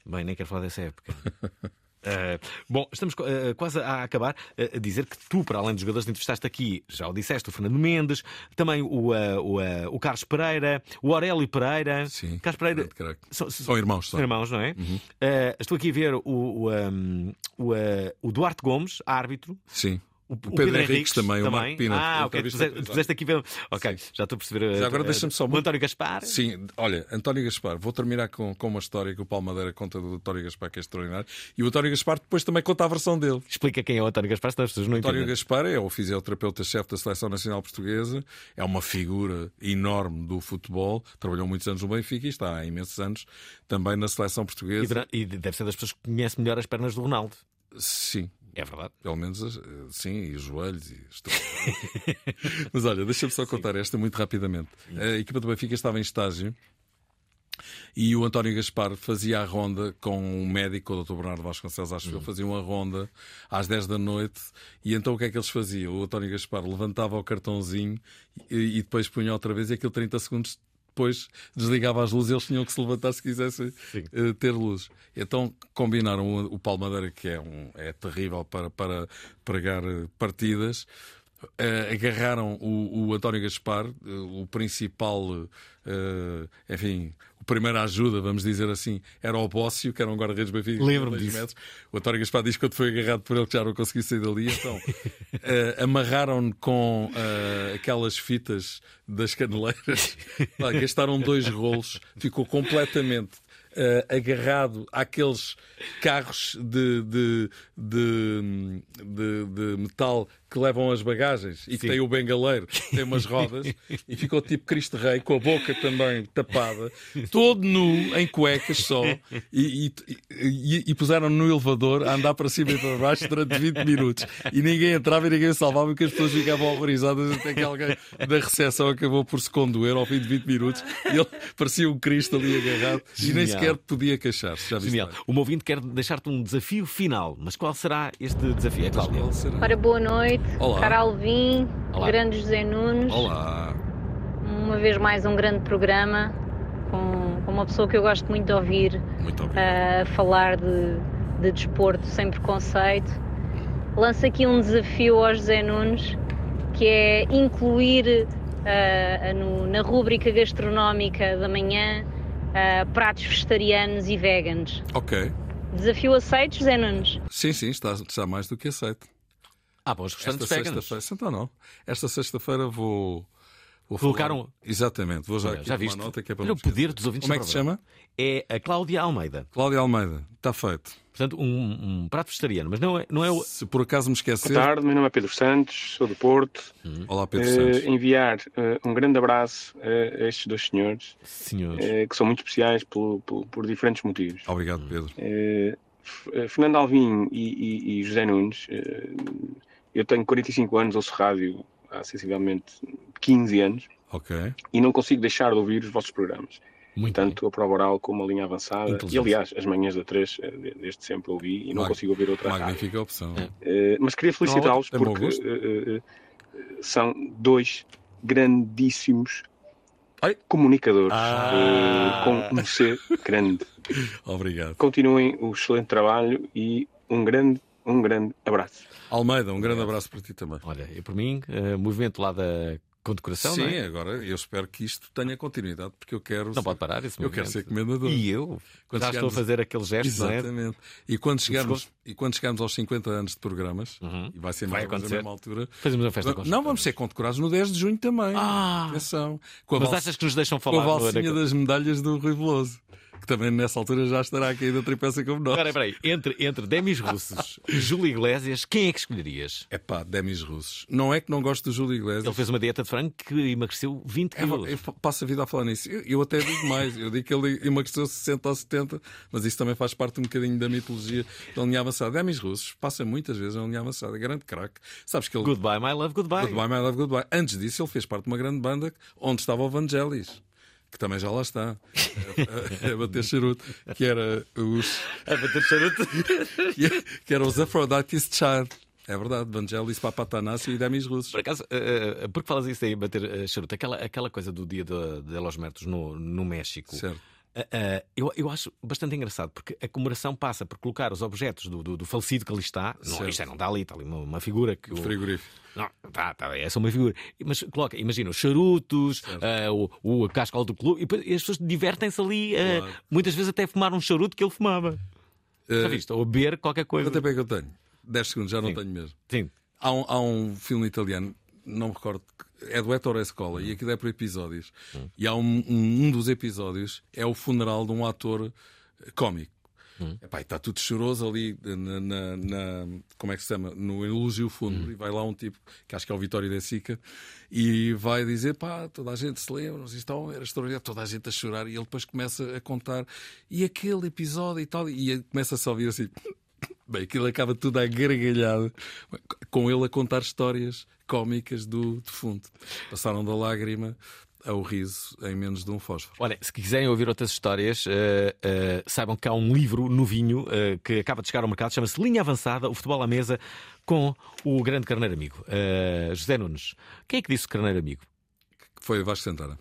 [SPEAKER 5] Bem, nem quero falar dessa época. Eh, bom, estamos eh, quase a acabar eh, a dizer que tu, para além dos jogadores que entrevistaste aqui, já o disseste, o Fernando Mendes, também o, eh, o, eh, o Carlos Pereira, o Aurélio Pereira. Sim, Carlos Pereira. São,
[SPEAKER 6] São irmãos, Uhum.
[SPEAKER 5] são
[SPEAKER 6] são.
[SPEAKER 5] irmãos, não é? Eh, estou aqui a ver o, o, um, o, eh, o Duarte Gomes, árbitro.
[SPEAKER 6] Sim.
[SPEAKER 5] O,
[SPEAKER 6] Pedro
[SPEAKER 5] Pedro
[SPEAKER 6] Henriques
[SPEAKER 5] Henriques
[SPEAKER 6] também, o Marco Pina.
[SPEAKER 5] Ah, ok. Tu
[SPEAKER 6] Entrevista-
[SPEAKER 5] puseste, tu puseste aqui ver. Ok, já estou a perceber. eh,
[SPEAKER 6] Já agora
[SPEAKER 5] eh,
[SPEAKER 6] deixa-me só.
[SPEAKER 5] O António Gaspar.
[SPEAKER 6] Sim, olha, António Gaspar, vou terminar com, com uma história que o Palmadeira conta do António Gaspar, que é extraordinário. E o António Gaspar depois também conta a versão dele.
[SPEAKER 5] Explica quem é o António Gaspar, senão as pessoas não
[SPEAKER 6] António
[SPEAKER 5] entendem.
[SPEAKER 6] Gaspar é o fisioterapeuta-chefe da Seleção Nacional Portuguesa, é uma figura enorme do futebol, trabalhou muitos anos no Benfica e está há imensos anos também na Seleção Portuguesa.
[SPEAKER 5] E dura- E deve ser das pessoas que conhece melhor as pernas do Ronaldo.
[SPEAKER 6] Sim.
[SPEAKER 5] É verdade.
[SPEAKER 6] Pelo menos, eh, sim, e os joelhos e isto. Mas olha, deixa-me só contar esta muito rapidamente. A equipa do Benfica estava em estágio E o António Gaspar fazia a ronda com um médico, o Dr. Bernardo Vasconcelos, acho que ele fazia uma ronda às 10 da noite. E então o que é que eles faziam? O António Gaspar levantava o cartãozinho e, e depois punha outra vez, e aquilo 30 segundos depois desligava as luzes, eles tinham que se levantar se quisessem eh, ter luz. Então combinaram o, o Palmadeira, que é, um, é terrível para, para pregar eh, partidas. eh, agarraram o, o António Gaspar, eh, o principal, eh, enfim, o primeiro ajuda, vamos dizer assim, era o Bócio, que era um guarda-redes Benfica. com
[SPEAKER 1] Lembro-me
[SPEAKER 6] dois
[SPEAKER 1] disso.
[SPEAKER 6] metros. O António Gaspar diz que quando foi agarrado por ele que já não conseguiu sair dali, então eh, amarraram-no com eh, aquelas fitas das caneleiras, Pá, gastaram dois rolos, ficou completamente eh, agarrado àqueles carros de, de, de, de- de metal que levam as bagagens e que
[SPEAKER 1] Sim.
[SPEAKER 6] tem o bengaleiro, tem umas rodas, e ficou tipo Cristo Rei, com a boca também tapada, todo nu, em cuecas só, e, e- e- e puseram no elevador a andar para cima e para baixo durante 20 minutos. E ninguém entrava e ninguém salvava, porque as pessoas ficavam horrorizadas até que alguém da recepção acabou por se condoer ao fim de 20 minutos. E ele parecia um Cristo ali agarrado e nem
[SPEAKER 5] Genial.
[SPEAKER 6] sequer podia queixar-se. Já viste
[SPEAKER 5] Genial.
[SPEAKER 6] bem?
[SPEAKER 5] O meu é. ouvinte quer deixar-te um desafio final, mas qual será este desafio? É Cláudia.
[SPEAKER 22] Ora, boa noite.
[SPEAKER 5] Olá.
[SPEAKER 22] Cara Alvim,
[SPEAKER 5] Olá.
[SPEAKER 22] grande José Nunes.
[SPEAKER 6] Olá.
[SPEAKER 22] Uma vez mais um grande programa com, com uma pessoa que eu gosto muito de ouvir a falar de, de desporto sem preconceito. Lanço aqui um desafio ao José Nunes, que é incluir ah, no- na rúbrica gastronómica da manhã ah, pratos vegetarianos e veganos.
[SPEAKER 6] Ok.
[SPEAKER 22] Desafio aceito, José Nunes?
[SPEAKER 6] Sim, sim, está, está mais do que aceito.
[SPEAKER 5] Ah, bom, os restaurantes
[SPEAKER 6] Esta
[SPEAKER 5] veganos.
[SPEAKER 6] sexta-feira, então não. Esta sexta-feira vou. vou
[SPEAKER 5] Colocaram-
[SPEAKER 6] falar- Exatamente, vou já
[SPEAKER 5] um- Olha,
[SPEAKER 6] aqui
[SPEAKER 5] já
[SPEAKER 6] tomar
[SPEAKER 5] viste?
[SPEAKER 6] nota que é para
[SPEAKER 5] Olha
[SPEAKER 6] não
[SPEAKER 5] o poder dos ouvintes
[SPEAKER 6] Como é
[SPEAKER 5] da
[SPEAKER 6] que se
[SPEAKER 5] Bárbara.
[SPEAKER 6] chama?
[SPEAKER 5] É a Cláudia Almeida.
[SPEAKER 6] Cláudia Almeida, está feito.
[SPEAKER 5] Portanto, um, um prato vegetariano, mas não é, não é o.
[SPEAKER 6] Se por acaso me esquecer.
[SPEAKER 23] Boa tarde, meu nome é Pedro Santos, sou do Porto.
[SPEAKER 6] Olá,
[SPEAKER 23] Eh, enviar eh, um grande abraço eh, a estes dois senhores,
[SPEAKER 5] Senhores.
[SPEAKER 23] eh, que são muito especiais pelo- pelo- por diferentes motivos.
[SPEAKER 6] Obrigado, Pedro.
[SPEAKER 23] Eh, F- eh, Fernando Alvim e, e- e José Nunes, eh, eu tenho 45 anos, ouço rádio há sensivelmente 15 anos
[SPEAKER 6] Ok.
[SPEAKER 23] e não consigo deixar de ouvir os vossos programas.
[SPEAKER 5] Muito
[SPEAKER 23] Tanto a prova oral como a linha avançada. E
[SPEAKER 6] Inteligente.
[SPEAKER 23] aliás, as manhãs da 3, desde sempre ouvi e não
[SPEAKER 6] Mag-
[SPEAKER 23] consigo ouvir outra rádio.
[SPEAKER 6] Magnífica opção.
[SPEAKER 5] É.
[SPEAKER 23] Eh, mas queria felicitá-los
[SPEAKER 6] Não, é bom
[SPEAKER 23] porque
[SPEAKER 6] gosto.
[SPEAKER 23] eh, eh, eh, são dois grandíssimos comunicadores
[SPEAKER 6] Ah.
[SPEAKER 23] eh, com um C grande.
[SPEAKER 6] Obrigado.
[SPEAKER 23] Continuem o excelente trabalho e um grande, um grande abraço.
[SPEAKER 6] Almeida, um grande abraço para ti também.
[SPEAKER 5] Olha, e por mim, eh, movimento lá da condecoração,
[SPEAKER 6] Sim,
[SPEAKER 5] não é?
[SPEAKER 6] agora eu espero que isto tenha continuidade, porque eu quero.
[SPEAKER 5] Não pode parar esse
[SPEAKER 6] Eu quero
[SPEAKER 5] movimento.
[SPEAKER 6] ser comendador.
[SPEAKER 5] E eu? Já estou a fazer aquele gesto, não é?
[SPEAKER 6] Exatamente. E, quando chegarmos,
[SPEAKER 5] Desgosto. Uhum.
[SPEAKER 6] e quando chegarmos aos 50 anos de programas, e vai ser
[SPEAKER 5] Vai
[SPEAKER 6] mais ou menos a
[SPEAKER 5] acontecer.
[SPEAKER 6] mesma altura.
[SPEAKER 5] Fazemos uma festa com os
[SPEAKER 6] Não, vamos ser condecorados no 10 de junho também. Atenção. Com a
[SPEAKER 5] Mas
[SPEAKER 6] valsa-
[SPEAKER 5] achas que nos deixam
[SPEAKER 6] com
[SPEAKER 5] falar é
[SPEAKER 6] a
[SPEAKER 5] no-
[SPEAKER 6] valsinha
[SPEAKER 5] na-
[SPEAKER 6] das medalhas do Rui Veloso, que também nessa altura já estará a cair da tripeça como nós.
[SPEAKER 5] Espera aí, espera aí. Entre, entre Demis Russos e Júlio Iglesias, quem é que escolherias?
[SPEAKER 6] É pá, Demis Russos. Não é que não gosto do Júlio Iglesias.
[SPEAKER 5] Ele fez uma dieta de frango que emagreceu 20
[SPEAKER 6] É,
[SPEAKER 5] quilos.
[SPEAKER 6] eu passo a vida a falar nisso. Eu, eu até digo mais. Eu digo que ele emagreceu 60 ou 70, mas isso também faz parte um bocadinho da mitologia da linha avançada. É, mis russos, passa muitas vezes na linha avançada. Grande craque. Sabes que ele.
[SPEAKER 5] Goodbye, my love, goodbye.
[SPEAKER 6] Goodbye, my love, goodbye. Antes disso, ele fez parte de uma grande banda onde estava o Vangelis. Que também já lá está, a, a- a bater charuto, que era os.
[SPEAKER 5] A bater charuto?
[SPEAKER 6] que, que era os Aphrodite's Child. É verdade, Vangelis, Papatanásio e Demis Russos.
[SPEAKER 5] Por acaso, eh, eh, porque falas isso aí, bater eh, charuto, aquela, aquela coisa do dia de, de Los Mertos no, no México.
[SPEAKER 6] Certo.
[SPEAKER 5] Eh, eh, eu, eu acho bastante engraçado porque a comemoração passa por colocar os objetos do, do, do falecido que ali está. Não,
[SPEAKER 6] Certo.
[SPEAKER 5] isto é, não está ali, está ali uma, uma figura que. O
[SPEAKER 6] frigorífico.
[SPEAKER 5] Não, tá, tá, é só uma figura. Mas coloca, imagina, os charutos, eh, o, o cascal do clube, e depois as pessoas divertem-se ali, eh,
[SPEAKER 6] Claro.
[SPEAKER 5] muitas vezes até a fumar um charuto que ele fumava. Já
[SPEAKER 6] Eh,
[SPEAKER 5] viste? Ou a beber qualquer coisa.
[SPEAKER 6] Quanto tempo é que eu tenho? 10 segundos, já não tenho mesmo.
[SPEAKER 5] Sim.
[SPEAKER 6] Há um, há um filme italiano, não me recordo, que é do Ettore Escola e aquilo é por episódios. E há um, um, um dos episódios é o funeral de um ator eh, cómico. Epá, e está tudo choroso ali na, na- na- como é que se chama? No elogio fundo. E vai lá um tipo, que acho que é o Vitório da Sica, e vai dizer: pá, toda a gente se lembra, isto é um- era extraordinário, toda a gente a chorar, e ele depois começa a contar, e aquele episódio e tal, e começa-se a ouvir assim. Bem, aquilo acaba tudo à gargalhada, com ele a contar histórias cómicas do defunto. Passaram da lágrima
[SPEAKER 24] ao riso em menos de um fósforo.
[SPEAKER 5] Olha, se quiserem ouvir outras histórias, eh, eh, saibam que há um livro novinho eh, que acaba de chegar ao mercado, chama-se Linha Avançada, o futebol à mesa, com o grande carneiro amigo, eh, José Nunes. Quem é que disse carneiro amigo?
[SPEAKER 24] Foi o Vasco Santana.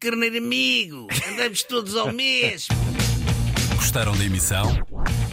[SPEAKER 25] Carneiro amigo, andamos todos ao mesmo.
[SPEAKER 6] Gostaram da emissão?